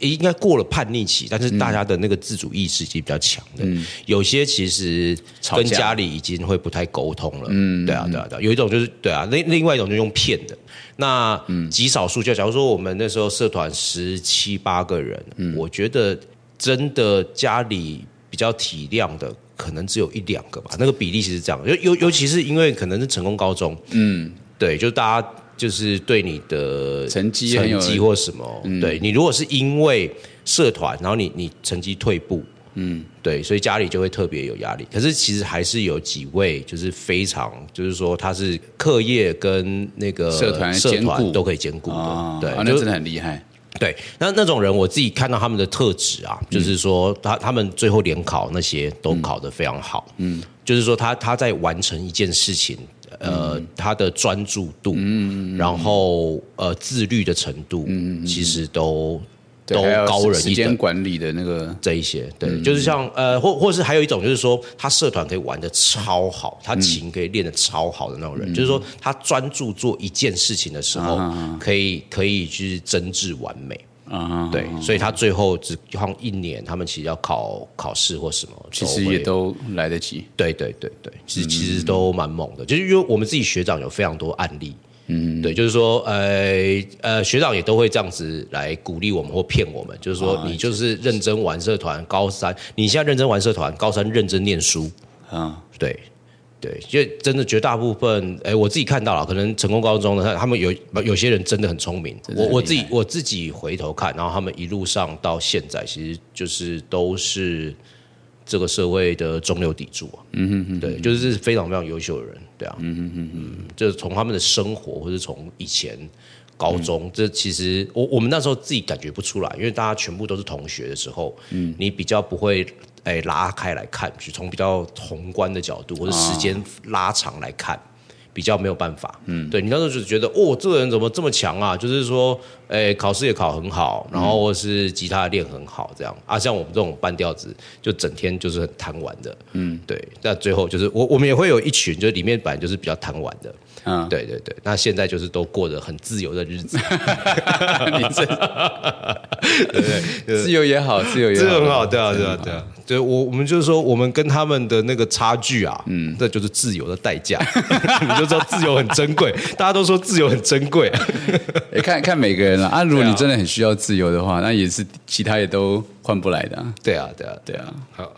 应该过了叛逆期，但是大家的那个自主意识已经比较强的，有些其实吵跟架家里已经会不太沟通了，嗯，对啊，对啊，对啊，有一种就是对啊，另另外一种就是用骗的，那极少数就假如说我们那时候社团十七八个人，我觉得真的家里比较体谅的。可能只有一两个吧，那个比例其实这样，尤尤尤其是因为可能是成功高中，嗯，对，就大家就是对你的成绩很有嗯成绩或什么，对你如果是因为社团，然后你你成绩退步，嗯，对，所以家里就会特别有压力。可是其实还是有几位就是非常，就是说他是课业跟那个社团社兼顾团都可以兼顾的，啊，对，啊那就真的很厉害。对，那那种人，我自己看到他们的特质啊，就是说他他们最后联考那些都考得非常好，嗯，就是说他他在完成一件事情，呃，他的专注度，嗯，然后呃自律的程度，嗯，其实都对都还有高人时一等间。管理的那个，这一些，对，就是像呃，或或是还有一种就是说，他社团可以玩的超好，他琴可以练的超好的那种人，就是说他专注做一件事情的时候，可以可以去真挚完美。啊，对，所以他最后只用一年，他们其实要考考试或什么，其实也会都嗯来得及。对对对对，其实其实都蛮猛的，就是因为我们自己学长有非常多案例，嗯，对，就是说呃呃，学长也都会这样子来鼓励我们或骗我们，就是啊说你就是认真玩社团，高三你现在认真玩社团，高三认真念书，啊，对。对，就真的绝大部分，哎，我自己看到了，可能成功高中的他他们有有些人真的很聪明，的我很我厉自己我自己回头看，然后他们一路上到现在，其实就是都是这个社会的中流砥柱啊，嗯哼对，就是非常非常优秀的人，对啊，嗯哼嗯，就是从他们的生活，或是从以前高中，这其实我我们那时候自己感觉不出来，因为大家全部都是同学的时候，嗯，你比较不会。哎，拉开来看，去从比较宏观的角度或者时间拉长来看，比较没有办法。嗯，对你那时候就觉得，哦，这个人怎么这么强啊？就是说，哎，考试也考很好，然后或是吉他也练很好，这样啊。像我们这种半吊子，就整天就是很贪玩的。嗯，对。那最后就是我，我们也会有一群，就是里面本来就是比较贪玩的。嗯，对对对，那现在就是都过着很自由的日 子，你这对不对？就是自由也好，自由也好，这个很好，对啊，对啊，对啊，对我我们就是说，我们跟他们的那个差距啊，嗯，这就是自由的代价， 你就知道自由很珍贵， 大家都说自由很珍贵，诶哎看看每个人了啊。如果你真的很需要自由的话，那也是其他也都换不来的啊、对啊，对啊，对对啊，好，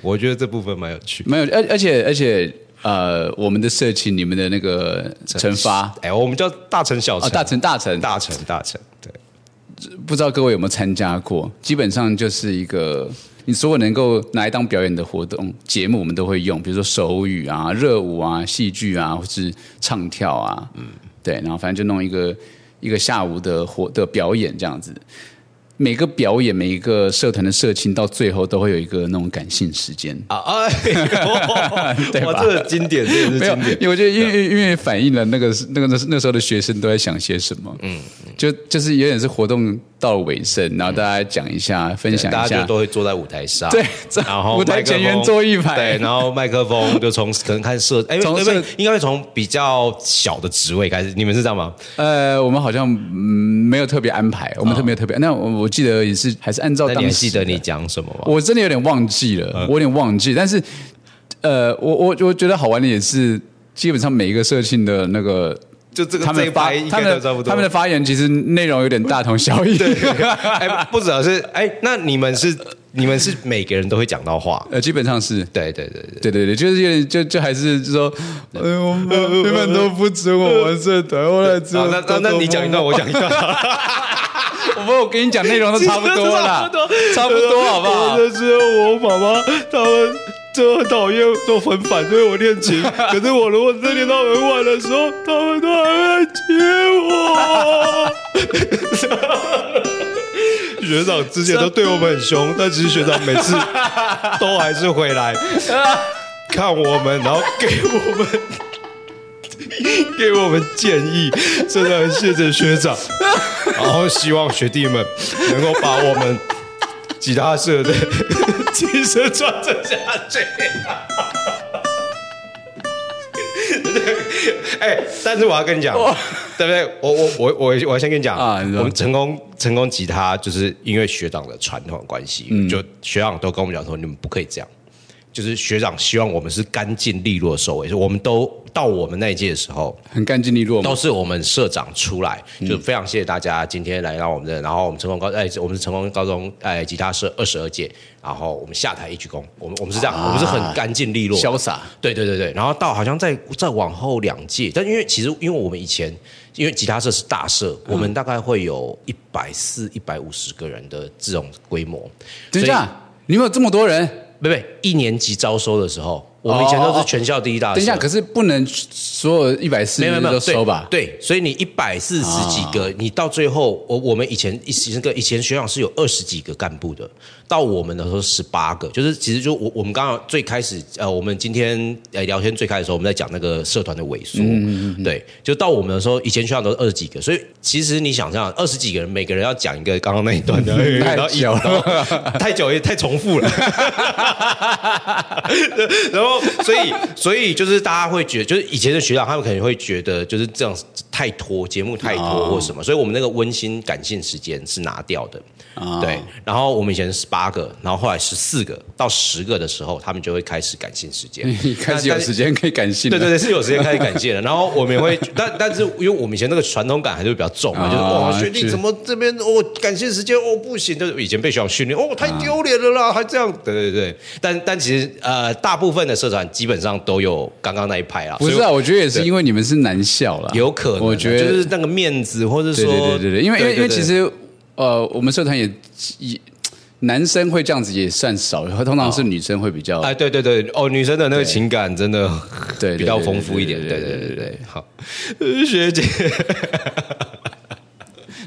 我觉得这部分蛮有趣。没有，而而且而且呃，我们的社情，你们的那个惩罚哎，我们叫哦大城小啊，城，大成大成，大城大城，对，不知道各位有没有参加过？基本上就是一个你所有能够拿来当表演的活动节目，我们都会用，比如说手语啊、热舞啊、戏剧啊，或是唱跳啊，嗯，对，然后反正就弄一个一个下午的活的表演这样子。每个表演，每一个社团的社青，到最后都会有一个那种感性时间。啊，哎呦对吧 哇，这个经典，这个是没有经典，，因为我觉得因为因为反映了那个那个那那时候的学生都在想些什么，嗯，就就是有点是活动到了尾声，然后大家讲一下，分享大一家下就，都会坐在舞台上，对在然后舞台麦克风前缘坐一排对，然后麦克风就从可能看设，哎，从从设应该会从比较小的职位开始，你们是这样吗？呃，我们好像嗯没有特别安排，我们特别特别。那我我记得也是还是按照那你哦当还时记得的你讲什么吗？我真的有点忘记了，我有点忘记。但是，呃，我我我觉得好玩的也是，基本上每一个社庆的那个。就这个他这一们发拍应他该们都的差不多。他们的发言其实内容有点大同小异， 哎，不只是哎，那你们是你们是每个人都会讲到话，呃，基本上是对对对对。对对对，就是有点就就还是说，哎呦，我们你们都不准我们社团，后来只好有，哦那那那你讲一段，段，我讲一段，我我跟你讲内容都差不多啦，差不多好不好？就是我妈妈他们就很讨厌都很反对我练 琴，可是我如果真练到很晚的时候，他们都还会接我。 学长之前都对我们很凶，但其实学长每次都还是 回来看我们，然后给我们。给我们建议，真的很谢谢 学长，然后希望学弟们能够把我们吉他社的 精神传承下去。 哎、但是我要跟你讲，对不对？我我我我我要先跟你讲啊你说我们成功成功吉他就是因为学长的传统关系，嗯就学长都跟我们讲说，你们不可以这样。就是学长希望我们是干净利落收尾，所以我们都到我们那一届的时候，很干净利落嘛都，是我们社长出来，嗯就非常谢谢大家今天来到我们这，然后我们成功高哎，我们是成功高中哎吉他社二十二届，然后我们下台一鞠躬，我们我们是这样，啊我们是很干净利落，潇洒。对对对对，然后到好像再再往后两届，但因为其实因为我们以前因为吉他社是大社，嗯我们大概会有一百四一百五十个人的这种规模，等一所以下，你们有这么多人？不不，一年级招收的时候，我们以前都啊是全校第一大社。哦等一下，可是不能所有一百四没十有没有没都有对收吧？ 啊对，所以你一百四十几个，你到最后，我我们以前以前个以前学长是有二十几个干部的，到我们的时候十八个，就是其实就我我们刚刚最开始呃，我们今天呃聊天最开始的时候，我们在讲那个社团的萎嗯缩，对，就到我们的时候，以前学长都是二十几个，所以其实你想象二十几个人，每个人要讲一个刚刚那一段的， 然后一久了然后太久也太重复了。 然后，所以，所以就是大家会觉得，就是以前的学长他们可能会觉得，就是这样太拖节目太哦拖或什么，所以我们那个温馨感性时间是拿掉的。啊对，然后我们以前十八个，然后后来十四个到十个的时候，他们就会开始感性时间。你 开始有时间可以感性了对对对，是有时间开始感谢了。然后我们 也会，但但是因为我们以前那个传统感还是比较重嘛，啊就是哦，学弟是怎么这边哦，感谢时间哦不行，就是以前被学校训练啊哦，太丢脸了啦，还这样。对对对，但但其实呃，大部分的社团基本上都有刚刚那一派啦。不是所以啊，我觉得也是因为你们是男校啦，有可能啊，我觉得就是那个面子，或者对说对对对对，因为因为因为其。对实呃，我们社团也也男生会这样子也算少，通常是女生会比较哎，对对对，哦，女生的那个情感真的对对对比较丰富一点，对对对对对对对，好， 呃学姐，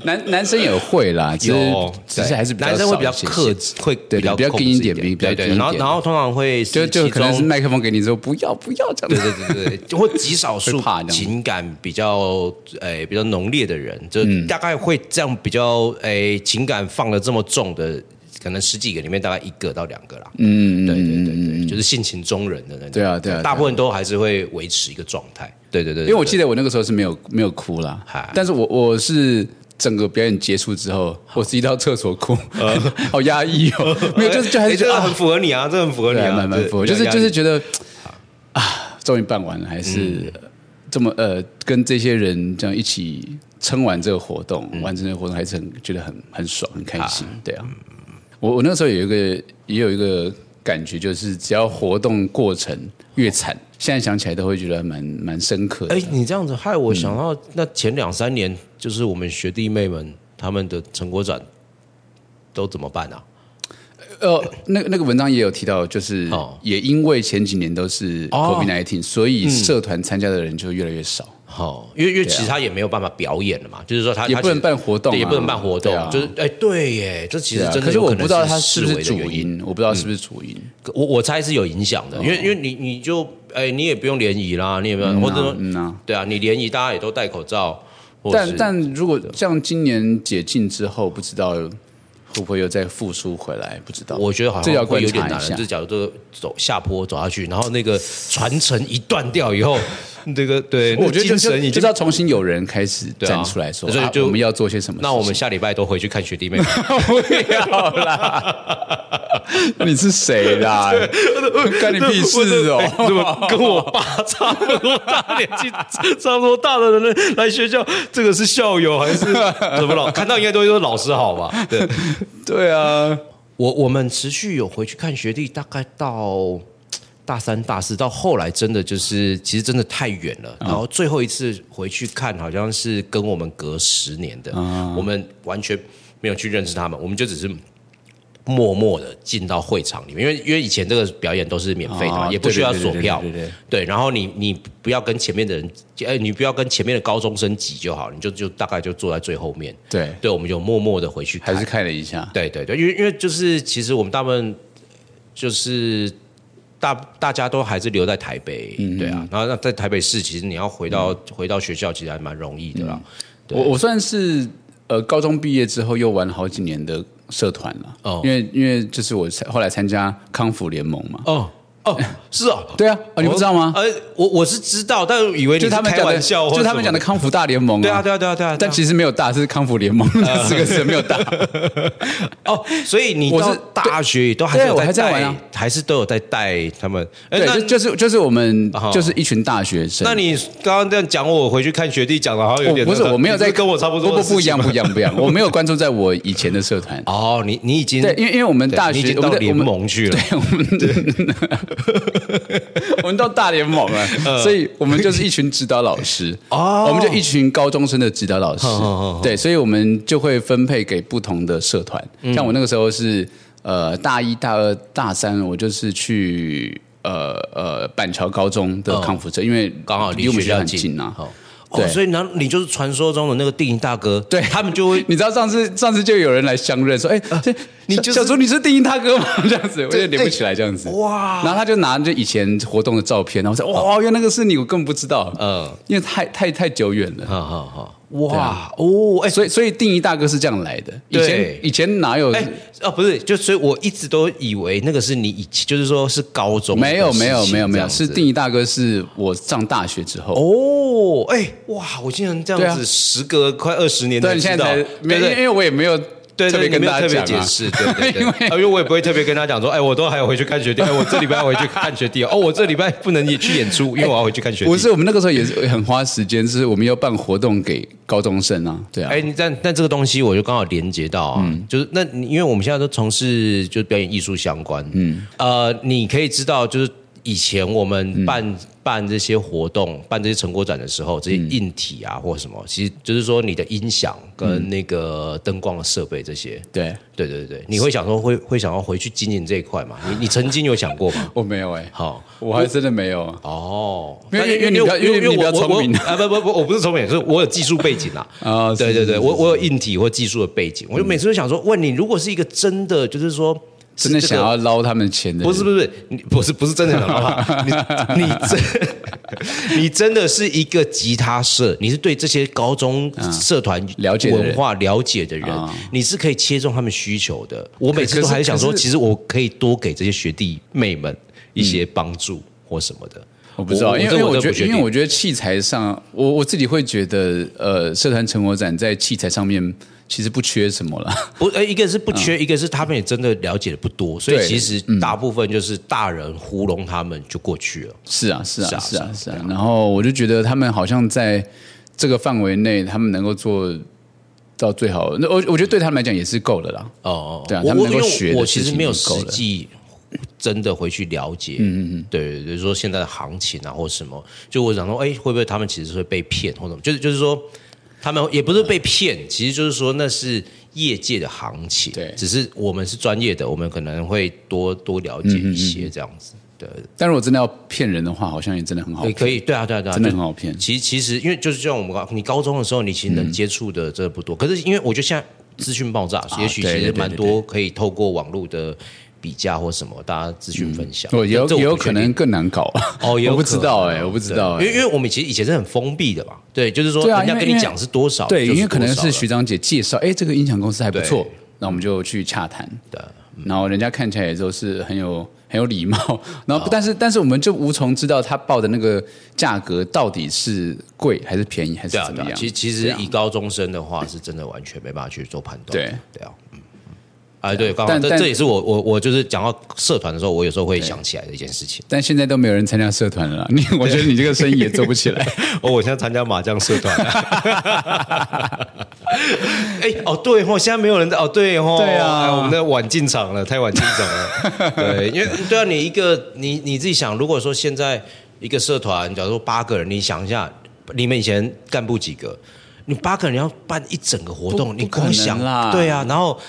男男生也会啦，只是有，只对是还是男生会比较少克一些，制，会对较比较控硬一制点比较对对硬一然后点然后通常会是就就其可能是 中麦克风给你之后不要不要这样对子，对对对对，或极少数会怕这样情感比较诶、比较嗯哎浓烈的人，就大概会这样比较诶、情感放的这么重的可能十几个里面大概一个到两个啦。嗯，对对对对，就是性情中人的那种。对啊对啊对啊大部分都还是会维持一个状态。对对对，因为我记得得我那个时候是没有没有哭啦嗨，但是我我是整个表演结束之后，我自己到厕所哭， 好压抑哦，没有就是就还是觉得呃哎这个啊很符合你啊，这个很符合你对啊，啊，蛮蛮对服我，对就是压力就是觉得啊，终于办完了，还嗯是这么呃，跟这些人这样一起撑完这个活动，嗯完成这个活动，还是很觉得很很爽，很开心，对啊。我我那时候有一个也有一个感觉，就是只要活动过程越惨，现在想起来都会觉得蛮蛮深刻的哎，。你这样子害我嗯想到，那前两三年就是我们学弟妹们他们的成果展都怎么办啊？呃，那那个文章也有提到，就是哦也因为前几年都是哦 COVID 19，所以社团参加的人就越来越少，好，哦因为因为其实他也没有办法表演了嘛，就是说他啊也他不其实能办活动啊对也不能办活动，对啊就是哎，对耶，这其实对啊真的可是有我能不知道他是是不思维是的主原因，嗯因，我不知道是不是主因。我我猜是有影响的，因为因为你你就哎，你也不用联谊啦，你也不用，或者说嗯啊，对啊，你联谊大家也都戴口罩，或者但是但如果像今年解禁之后，不知道会不会又再复苏回来，不知道。我觉得好这像要会观有点察难一下了。这。假如这个走下坡走下去，然后那个传承一断掉以后， 这个对，我觉得那就精神已就经是。要重新有人开始对啊站出来说，所以啊就我们要做些什么事情。那我们下礼拜都回去看学弟 妹。不要啦！ 你是谁 啦？ 干你屁事哦！怎么跟我爸差不多大年纪、 差不多大的人来学校，这个是校友 还是怎么老？看到应该都会说老师好吧？对，对啊，我我们持续有回去看学弟，大概到大三、大四，到后来真的就是其实真的太远了。嗯然后最后一次回去看，好像是跟我们隔十年的，嗯我们完全没有去认识他们，我们就只是。默默的进到会场里面，因为因为以前这个表演都是免费的嘛，哦也不需要对对锁对对票对对对，啊对，然后你你不要跟前面的人，哎，你不要跟前面的高中生挤就好，你就就大概就坐在最后面，对，对，我们就默默的回去看还，是看了一下。对对对，因为因为就是其实我们大部分就是大大家都还是留在台北，嗯对啊，然后那在台北市，其实你要回到、回到学校，其实还蛮容易的嗯啦。对我我算是呃高中毕业之后又玩了好几年的社团了，哦因为因为就是我参后来参加康复联盟嘛。哦哦，是哦，对啊，哦你不知道吗？呃，我我是知道，但以为你就是他们开讲的，玩笑，就他们讲的，康复大联盟、啊。对啊对啊对啊对啊，但其实没有大，是康复联盟这四个字没有 大。哦，所以你我是到大学都还是对有我还在带玩啊还是都有在带他们，哎对，那就就是就是我们哦就是一群大学生。那你刚刚这样讲我，我回去看学弟讲的好像有我点哦不是那个我没有你是在跟我差不多不的不事情不一样吗。不一样不一样，我没有关注在我以前的社团 哦，你你已经对，因为因为我们对大你已学经我到们的我联们盟去了， 我们我们到大联盟 了，所以我们就是一群指导老师嗯哦我们就一群高中生的指导老师好好好，对，所以我们就会分配给不同的社团。嗯像我那个时候是呃大一大二大三，我就是去呃呃板桥高中的康复社，因为嗯刚好离离我们学学校校很近近啊。哦，对哦所以然后你就是传说中的那个电影大哥，对他们就会 呃你知道上次上次就有人来相认说，哎、这你小就是哎小竹你是定义他哥吗？这样子，我有点连不起来这样子。哇然后他就拿着以前活动的照片，然后说，哇，原来那个是你，我根本不知道，呃嗯，因为太太太久远了。好好好，对哇啊哦，哎所以所以定义大哥是这样来的。以对前以前哪有？哎哦，不是，就所以我一直都以为那个是你以前，就是说是高中的没有事情没有没有没这有，样子是定义大哥是我上大学之后。哦，哎哇，我竟然这对样啊子，时隔快二十年对，才你知现在道，才没，对因为对因为我也没有对，特别跟大家讲、啊、解释，对对 因对，为因为因为我也不会特别跟他讲说，哎，我都还有回去看学弟，哎，我这礼拜要回去看学弟哦，哦我这礼拜不能也去演出，因为我要回去看学弟。不是，我们那个时候也是很花时间，是我们要办活动给高中生啊，对啊。嗯哎，你但但这个东西我就刚好连接到啊，就是那你因为我们现在都从事就是表演艺术相关，嗯，呃，你可以知道就是。以前我嗯们办、办这些活动、办这些成果展的时候，这些嗯硬体啊或什么，其实就是说你的音响嗯跟那个灯光的设备这些，对，对对对，你会想说会会想要回去经营这一块嘛？你你曾经有想过 吗？我没有哎、好。我还真的没有。哦，因为但因为你比较因为你比较我聪明 我啊！不不不，我不是聪明，是我有技术背景啦。啊对是对对，是嗯我我有硬体或技术的背景，我就每次都想说，问你，如果是一个真的，就是说真的想要捞他们钱的人，不是不是，你不是不是真的想到 他，你你真 你真的是一个吉他社，你是对这些高中社团嗯了解的人文化了解的人啊，你是可以切中他们需求的。我每次都还想说，可是可是其实我可以多给这些学弟妹们一嗯些帮助或什么的。我不知道，因为这因为我真觉的不得，确因为定我觉得器材上，我我自己会觉得，呃，社团成果展在器材上面其实不缺什么啦。 不，呃，一个是不缺，一个是他们也真的了解的不多，所以嗯对嗯其实大部分就是大人糊弄他们就过去了。是啊，是是啊，啊是啊，是是啊。然后我就觉得他们好像在这个范围内，他们能够做到最好。那我我觉得对他们来讲也是够的啦。哦，对啊我他们我能因够为学我的其事实情没有就实够了际真的回去了解，嗯嗯嗯，对，比如说现在的行情啊或什么，就我想说，哎，会不会他们其实会被骗或什么？就是就是说，他们也不是被骗，其实就是说那是业界的行情，对只是我们是专业的，我们可能会多多了解嗯一些这样子，对，但如果真的要骗人的话，好像也真的很好也骗，可以，对啊，对啊，对啊，真的就很好骗。其实其实因为就是像我们高你高中的时候，你其实能接触的真的不多。可是因为我觉得现在资讯爆炸，也许其嗯啊对实对对蛮多可以透过网络的比价或什么，大家资讯分享。啊哦我也有这这也有不确可定能更难搞啊 哦，也有我不知道可哎、能我不知道哎、对因为因为我们其实以前是很封闭的嘛，对，就是说对啊人家因为跟你因为讲是多少，对，就是因为可能多少是了徐长姐介绍，哎，这个音响公司还不错对，那我们就去洽谈。对啊然后人家看起来也都是很有很有礼貌， 然后但是但是我们就无从知道他报的那个价格到底是贵还是便宜还是对啊，怎么对啊样。其实其这实样以高中生的话，是真的完全没办法去做判断。对对啊，嗯，哎，对，刚好但这但这也是我我我就是讲到社团的时候，我有时候会想起来的一件事情。但现在都没有人参加社团了啦， 你我觉得你这个生意也做不起 来。哦，我现在参加麻将社团、 哎、哦，对哦，现在没有人在哦，对哦，对啊哎我们的晚进场了，太晚进场 了。对，因为对啊，你一个你你自己想，如果说现在一个社团，假如说八个人，你想一下，你们以前干部几个？你八个人要办一整个活动，不你不可能光想啦对啊，然后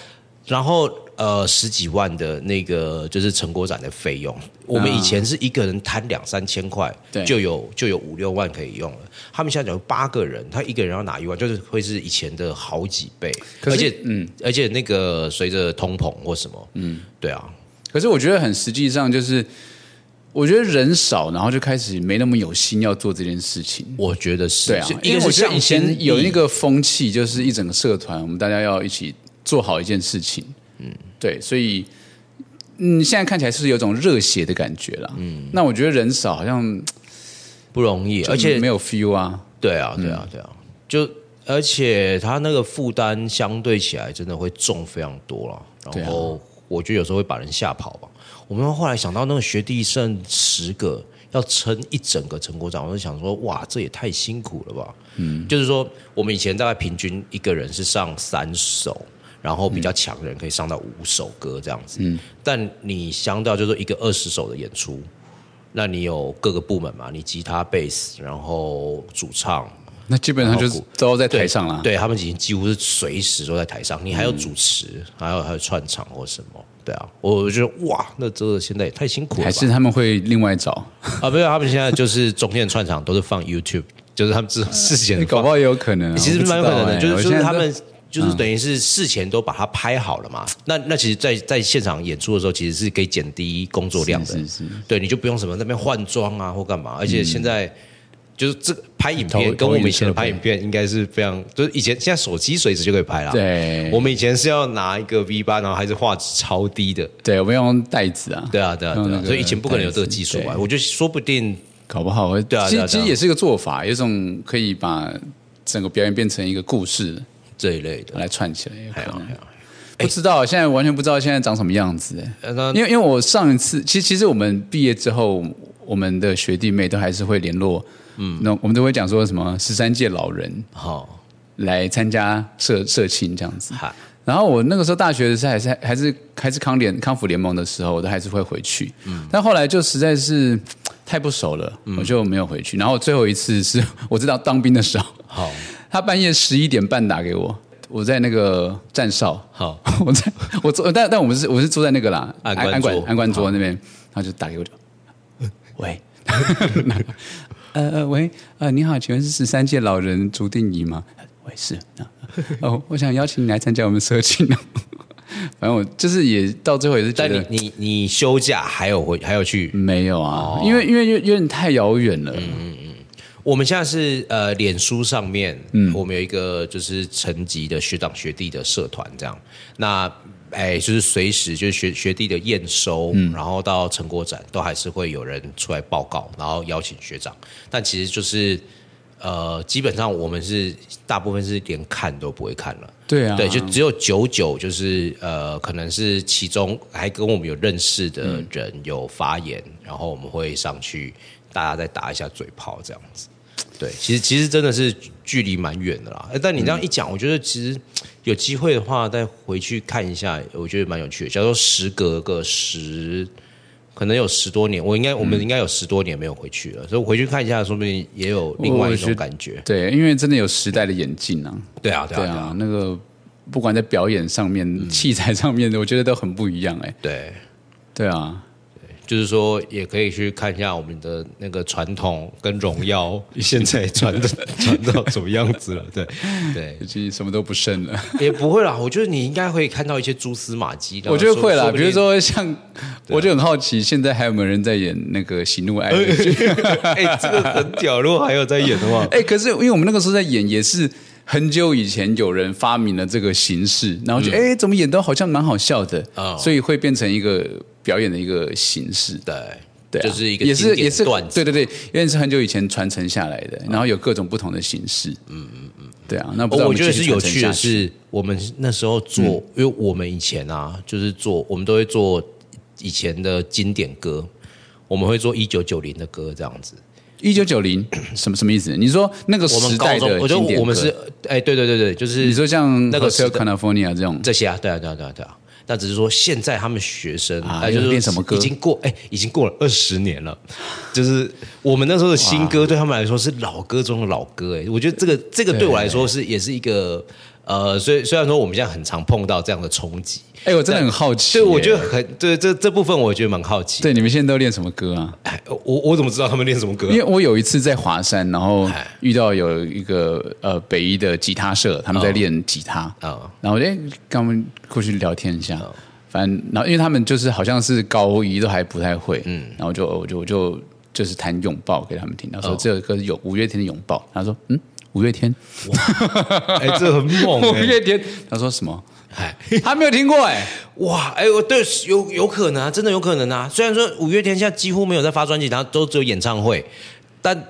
然后呃十几万的那个就是成果展的费用，我们以前是一个人摊两三千块，嗯对就有就有五六万可以用了。他们现在讲八个人，他一个人要拿一万，就是会是以前的好几倍，可而是且嗯，而且那个随着通膨或什么，嗯，对啊，可是我觉得很实际上就是，我觉得人少，然后就开始没那么有心要做这件事情。我觉得是，对啊就，一因个为我是觉得以向心前有力一个风气，就是一整个社团，我们大家要一起做好一件事情。嗯，对，所以嗯，现在看起来是有种热血的感觉啦。嗯，那我觉得人少好像不容易，而且没有 feel 啊。对啊，对啊，对啊，就而且他那个负担相对起来真的会重非常多了。对然啊后我觉得有时候会把人吓跑吧。我们后来想到那个学弟剩十个要撑一整个成果展，我就想说，哇，这也太辛苦了吧。嗯，就是说我们以前大概平均一个人是上三首。然后比较强的人可以上到五首歌这样子，嗯，但你相较就是说一个二十首的演出，那你有各个部门嘛？你吉他、贝斯，然后主唱，那基本上就是都在对台上啦。对他们已经几乎是随时都在台上，你还有主持，还有还有串场或什么。对啊，我觉得哇，那真的现在也太辛苦了吧。还是他们会另外找，啊，没有，他们现在就是中间的串场都是放 YouTube，就是他们这种事前搞不好也有可能啊、其实我不知蛮有可能道的，欸就是我就现在是他都嗯们就是等于是事前都把它拍好了嘛。那那其实在，在现场演出的时候，其实是可以减低工作量的，是是是对，你就不用什么那边换装啊或干嘛。而且现在、就是这个拍影投片跟投我们影以前设的备拍影片应该是非常，就是以前现在手机随时就可以拍啦。，对，啊我们以前是要拿一个 V 八，然后还是画质超低的。对我们要用袋子啊，对啊，对啊，用对那啊，个所以以前不可能有这个技术袋嘛。子我觉得说不定搞不好会对啊其对啊实其对啊实也是一个做法，有一种可以把整个表演变成一个故事这一类的，哎来串起来，有可还好能还。好。不知道，现在完全不知道现在长什么样子。哎呃那因为因为我上一次，其实其实我们毕业之后，我们的学弟妹都还是会联络，嗯，那我们都会讲说什么十三届老人好，来参加社社庆这样子。嗨然后我那个时候大学的时候还是还是还是康联康复联盟的时候，我都还是会回去。但后来就实在是太不熟了，我就没有回去。然后最后一次是 我知道当兵的时候，好他半夜十一点半打给我，我在那个站哨，好。 我在我坐，但但我们是我是坐在那个啦，安安安官桌管安官桌那边，然后就打给我，就 喂，呃呃喂，呃你好，请问是十三届老人竹定仪吗？喂是，啊哦我想邀请你来参加我们社庆， 反正我就是也到最后也是觉但得你你你休假还有回还有去？没有哦啊，因为因为有有点太遥远了。嗯我们现在是呃，脸书上面，我们有一个就是层级的学长学弟的社团这样。那哎，就是随时就是学学弟的验收，然后到成果展都还是会有人出来报告，然后邀请学长。但其实就是呃，基本上我们是大部分是连看都不会看了。对啊，对，就只有九九，就是呃，可能是其中还跟我们有认识的人有发言，然后我们会上去，大家再打一下嘴炮这样子。对，其实其实真的是距离蛮远的啦。呃但你这样一讲，我觉得其实有机会的话，再回去看一下，我觉得蛮有趣的。假如说时隔个十，可能有十多年，我应该我们应该有十多年没有回去了，所以我回去看一下，说不定也有另外一种感觉。对，因为真的有时代的演进啊。对啊，对对啊，对啊，嗯啊，那个不管在表演上面、器材上面，我觉得都很不一样哎。对。对啊，就是说，也可以去看一下我们的那个传统跟荣耀 现在传 的传到什么样子了。对，对，已经什么都不剩了。也不会啦。我觉得你应该会看到一些蛛丝马迹的。我觉得会啦，说不比定 啊如，说像，我就很好奇，现在还有没有人在演那个喜怒哀乐剧？哎、这个很屌。如果还有在演的话，哎、可是因为我们那个时候在演，也是很久以前有人发明了这个形式，然后就哎、怎么演都好像蛮好笑的，嗯哦所以会变成一个表演的一个形式。对，对啊、就是一个也经是典也是段子。对对对，因为是很久以前传承下来的，然后有各种不同的形式。嗯嗯嗯，对啊，那不知道哦我们觉得继是续有传承趣的下去，是，我们那时候做，因为我们以前啊，就是做，我们都会做以前的经典歌，我们会做一九九零的歌这样子。一九九零 什么什么意思？你说那个我们时高代中，的我觉经典得歌我们是，哎，对对对对，就是你说像那那个个时 Hotel 代 California 这种，这些啊，对啊，对啊，对啊，对啊。那只是说现在他们学生，啊哎就是要练什么歌已经过哎，已经过了二十年了。就是我们那时候的新歌，对他们来说是老歌中的老歌。哎，我觉得这个这个对我来说是也是一个呃，虽虽然说我们现在很常碰到这样的冲击，哎、我真的很好奇所耶、以我觉得很对这这部分我觉得蛮好奇。对你们现在都练什么歌啊？哎，我我怎么知道他们练什么歌啊因？为我有一次在华山，然后遇到有一个呃北一的吉他社，他们在练吉他，啊，然后我就哎跟他们过去聊天一下，哦反正然后因为他们就是好像是高一都还不太会，嗯，然后我就我就我就就是弹拥抱给他们听，他说哦这首歌是有五月天的拥抱，他说嗯五月天，哎，这很 猛五哎月天，他说什么？哎。他没有听过哎、哇，哎、我对有有可能啊，真的有可能啊。虽然说五月天现在几乎没有在发专辑，然后都只有演唱会，但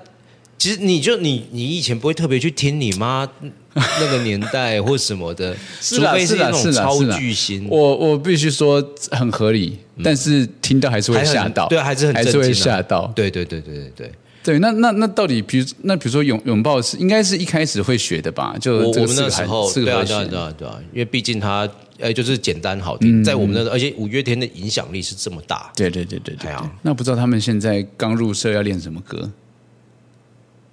其实你就你你以前不会特别去听你妈 那个年代或什么的，除 是啦非是那啦种是啦超是啦巨星。我我必须说很合理，但是听到还是会嗯还很吓到，对啊，还是很还震是会惊啊吓到，对对对对对对，对，那那那到底，比如那比如说拥拥抱是应该是一开始会学的吧？就我这个我们四那个时还候四个对啊和对啊弦，对啊对啊，因为毕竟他哎就是简单好嗯听，在我们那时候，而且五月天的影响力是这么大，对对对对对哎呀对。那不知道他们现在刚入社要练什么歌？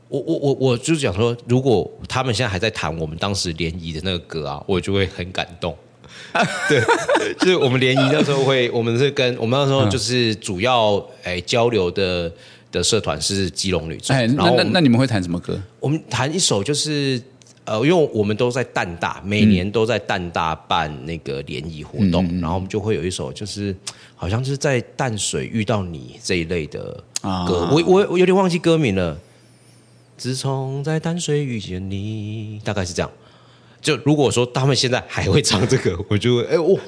我我我我就是讲说，如果他们现在还在谈我们当时联谊的那个歌啊，我就会很感 动。对，就是我们联谊那时候会，我们是跟我们那时候就是主要哎、交流的的社团是基隆女中，哎，然那后我那们那你们会弹什么歌？我们弹一首就是呃，因为我们都在淡大，每嗯年都在淡大办那个联谊活动，然后我们就会有一首就是好像是在淡水遇到你这一类的啊歌，我我我有点忘记歌名了。自从在淡水遇见你，大概是这样。就如果说他们现在还会唱这个，我就会哎哇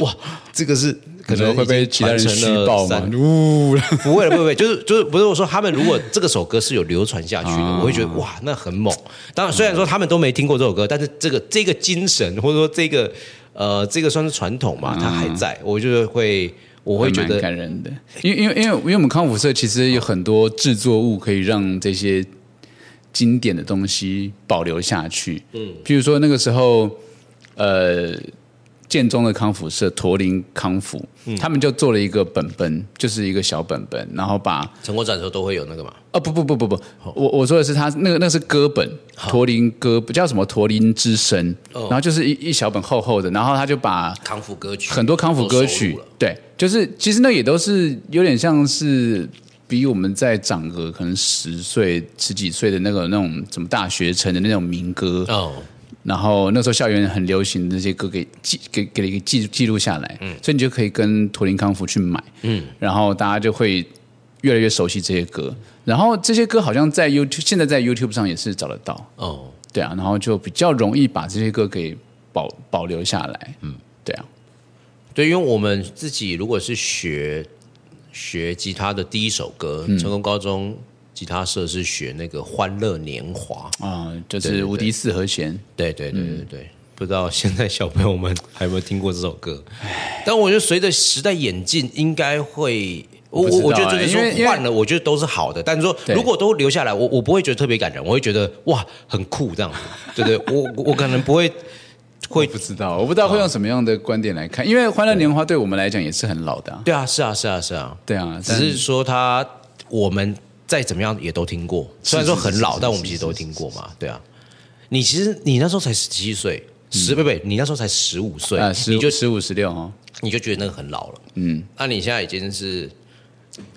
哇，这个是可能会被已经其他人传虚承了报三吗？呜，不会了，不会不会，就是就是不是我说他们如果这个首歌是有流传下去的，啊我会觉得哇，那很猛。当然，虽然说他们都没听过这首歌，但是这个这个精神或者说这个呃这个算是传统嘛，它还在，我就是会我会嗯觉蛮得感人的。因为因为因为因为我们康复社其实有很多制作物可以让这些经典的东西保留下去。嗯，譬如说那个时候，呃，建中的康复社驼铃康复，嗯他们就做了一个本本，就是一个小本本，然后把成果展的时候都会有那个嘛，哦，不不不不不，我我说的是他那个那是歌本，驼铃歌叫什么驼铃之声，哦然后就是一一小本厚厚的，然后他就把康复歌曲很多康复歌曲，对，就是其实那也都是有点像是比我们在长个可能十岁十几岁的那个那种什么大学城的那种民歌，哦，然后那时候校园很流行的这些歌给记给给了一个记记录下来，嗯，所以你就可以跟图灵康福去买，嗯，然后大家就会越来越熟悉这些歌，然后这些歌好像在 YouTube 现在在 YouTube 上也是找得到，哦，对啊，然后就比较容易把这些歌给保保留下来，嗯，对啊，对，因为我们自己如果是学学吉他的第一首歌，成功高中吉他社是学那个《欢乐年华》。嗯啊、就对对是对无敌四和弦，对对对对对，不知道现在小朋友们还有没有听过这首歌？但我觉得随着时代演进，应该会。我不知我道我觉得就是欸因为因为说换了，我觉得都是好的。但是说对如果都留下来，我我不会觉得特别感人，我会觉得哇很酷这样子。对对，我我我可能不会 会不知道我不知道会用什么样的观点来看，因为《欢乐年华》对我们来讲也是很老的、啊，对啊，是啊是啊是啊，对啊，只但是说他我们再怎么样也都听过，虽然说很是老，是但我们其实都听过嘛。对啊，你其实你那时候才十七岁，十不不，你那时候才十五岁嗯啊，，十你就十五十六哦，你就觉得那个很老了。嗯，那、你现在已经是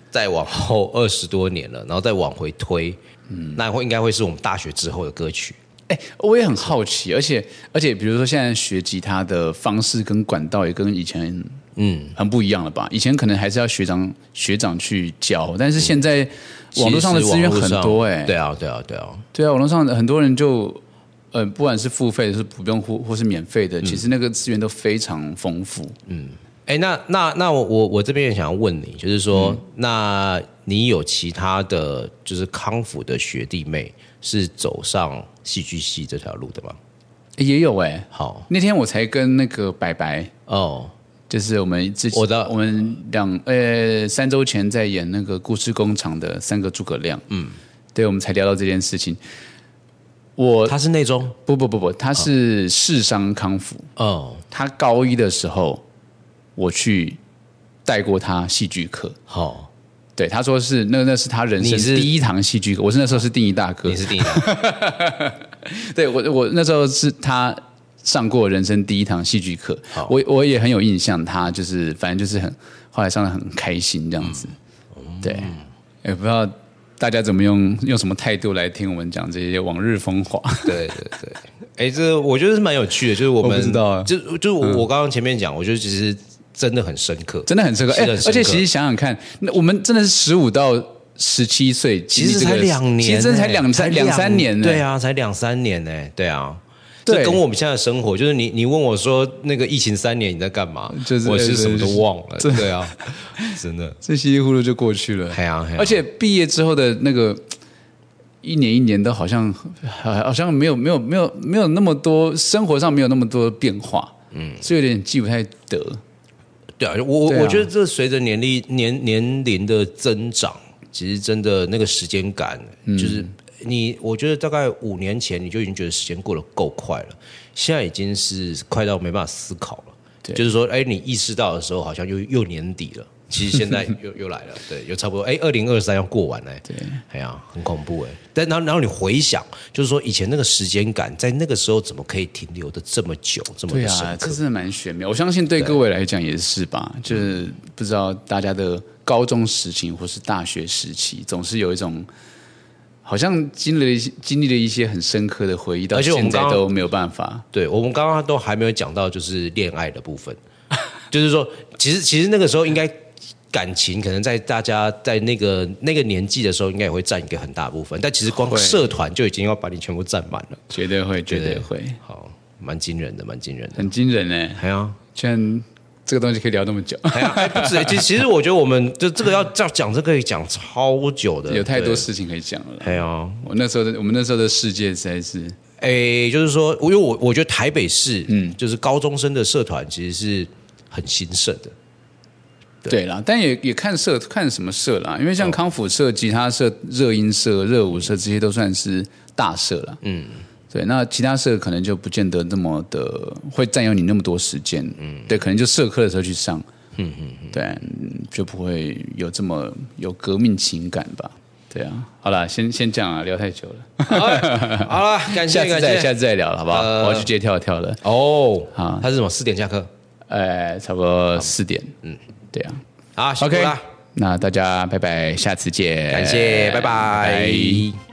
再往后二十多年了，然后再往回推，嗯，那会应该会是我们大学之后的歌曲。哎，我也很好奇，而且而且，比如说现在学吉他的方式跟管道也跟以前嗯很不一样了吧？以前可能还是要学长学长去教，但是现在嗯网络上的资源很多哎、对啊，对啊，对啊，对啊，网络上很多人就呃，不管是付费的是不用或或是免费的，其实那个资源都非常丰富。哎，那那那我我我这边也想要问你，就是说，那你有其他的就是康复的学弟妹是走上戏剧系这条路的吗？诶也有哎、好那天我才跟那个白白。哦，就是我们之前我的我们两呃三周前在演那个故事工厂的三个诸葛亮，嗯，对，我们才聊到这件事情。我他是内中不不不不，他是视伤康复，哦，他高一的时候我去带过他戏剧课，好、对，他说是那那是他人生你是第一堂戏剧课，我是那时候是定义大哥你，是第一堂，对我我那时候是他上过人生第一堂戏剧课好，我我也很有印象，他就是反正就是很后来上的很开心这样子，嗯对，也不知道大家怎么用用什么态度来听我们讲这些往日风华， 对对对，哎，这我觉得是蛮有趣的，就是我们我不知道啊就就是我、我刚刚前面讲，我觉得其实真的很深刻，真的很深刻，是哎、很深刻而且其实想想看，那我们真的是十五到十七岁，其经实历这才个两年呢，欸其实真的才两才三两三年呢，欸对啊，才两三年呢，对啊。对这跟我们现在的生活，就是你你问我说那个疫情三年你在干嘛？就是我是什么都忘了，这对啊，真的，这稀里糊涂就过去了， 哎呀，嘿啊而且毕业之后的那个一年一年都好像好好像没有没有没有没有那么多生活上没有那么多变化，嗯，所以有点记不太得。对啊，我我对啊我觉得这随着年龄年年龄的增长，其实真的那个时间感，嗯就是你，我觉得大概五年前你就已经觉得时间过得够快了，现在已经是快到没办法思考了。对就是说，哎，你意识到的时候，好像又又年底了。其实 现在又又来了，对，又差不多。哎，二零二三要过完嘞，对，哎呀，很恐怖哎。但然后然后你回想，就是说以前那个时间感，在那个时候怎么可以停留的这么久，这么对的深啊，刻这？真的蛮玄妙。我相信对各位来讲也是吧，就是不知道大家的高中时期或是大学时期，总是有一种。好像经历了一些经历了一些很深刻的回忆，到而且我们现在刚刚都没有办法。对我们刚刚都还没有讲到就是恋爱的部分，就是说，其实其实那个时候应该感情可能在大家在那个那个年纪的时候，应该也会占一个很大部分，但其实光会社团就已经要把你全部占满了，绝对会，绝对对会，好，蛮惊人的，蛮惊人的。很惊人哎、哎呀，居然这个东西可以聊那么久。哎呀，哎不止，其实其实我觉得我们就这个要这样讲，这个可以讲超久的，有太多对。事情可以讲了啦。哎呀，我那时候的我们那时候的世界实在是诶，就是说，因为我我觉得台北市，嗯，就是高中生的社团其实是很兴盛 的，对啦，但也也看社看什么社啦，因为哦像康复社、吉他社、热音社、热舞社这些都算是大社啦。嗯，对，那其他社可能就不见得那么的会占用你那么多时间。嗯，对，可能就社课的时候去上。嗯嗯，对，嗯就不会有这么有革命情感吧？对啊，好啦，先先这样啊，聊太久了，好了，感下谢次感再谢，下次再聊了，好不好？呃我要去接跳跳了。哦，好他是什么？四点下课呃，差不多四点。嗯，对啊。啊，辛苦 OK，哎啦，那大家拜拜，下次见。感谢，拜拜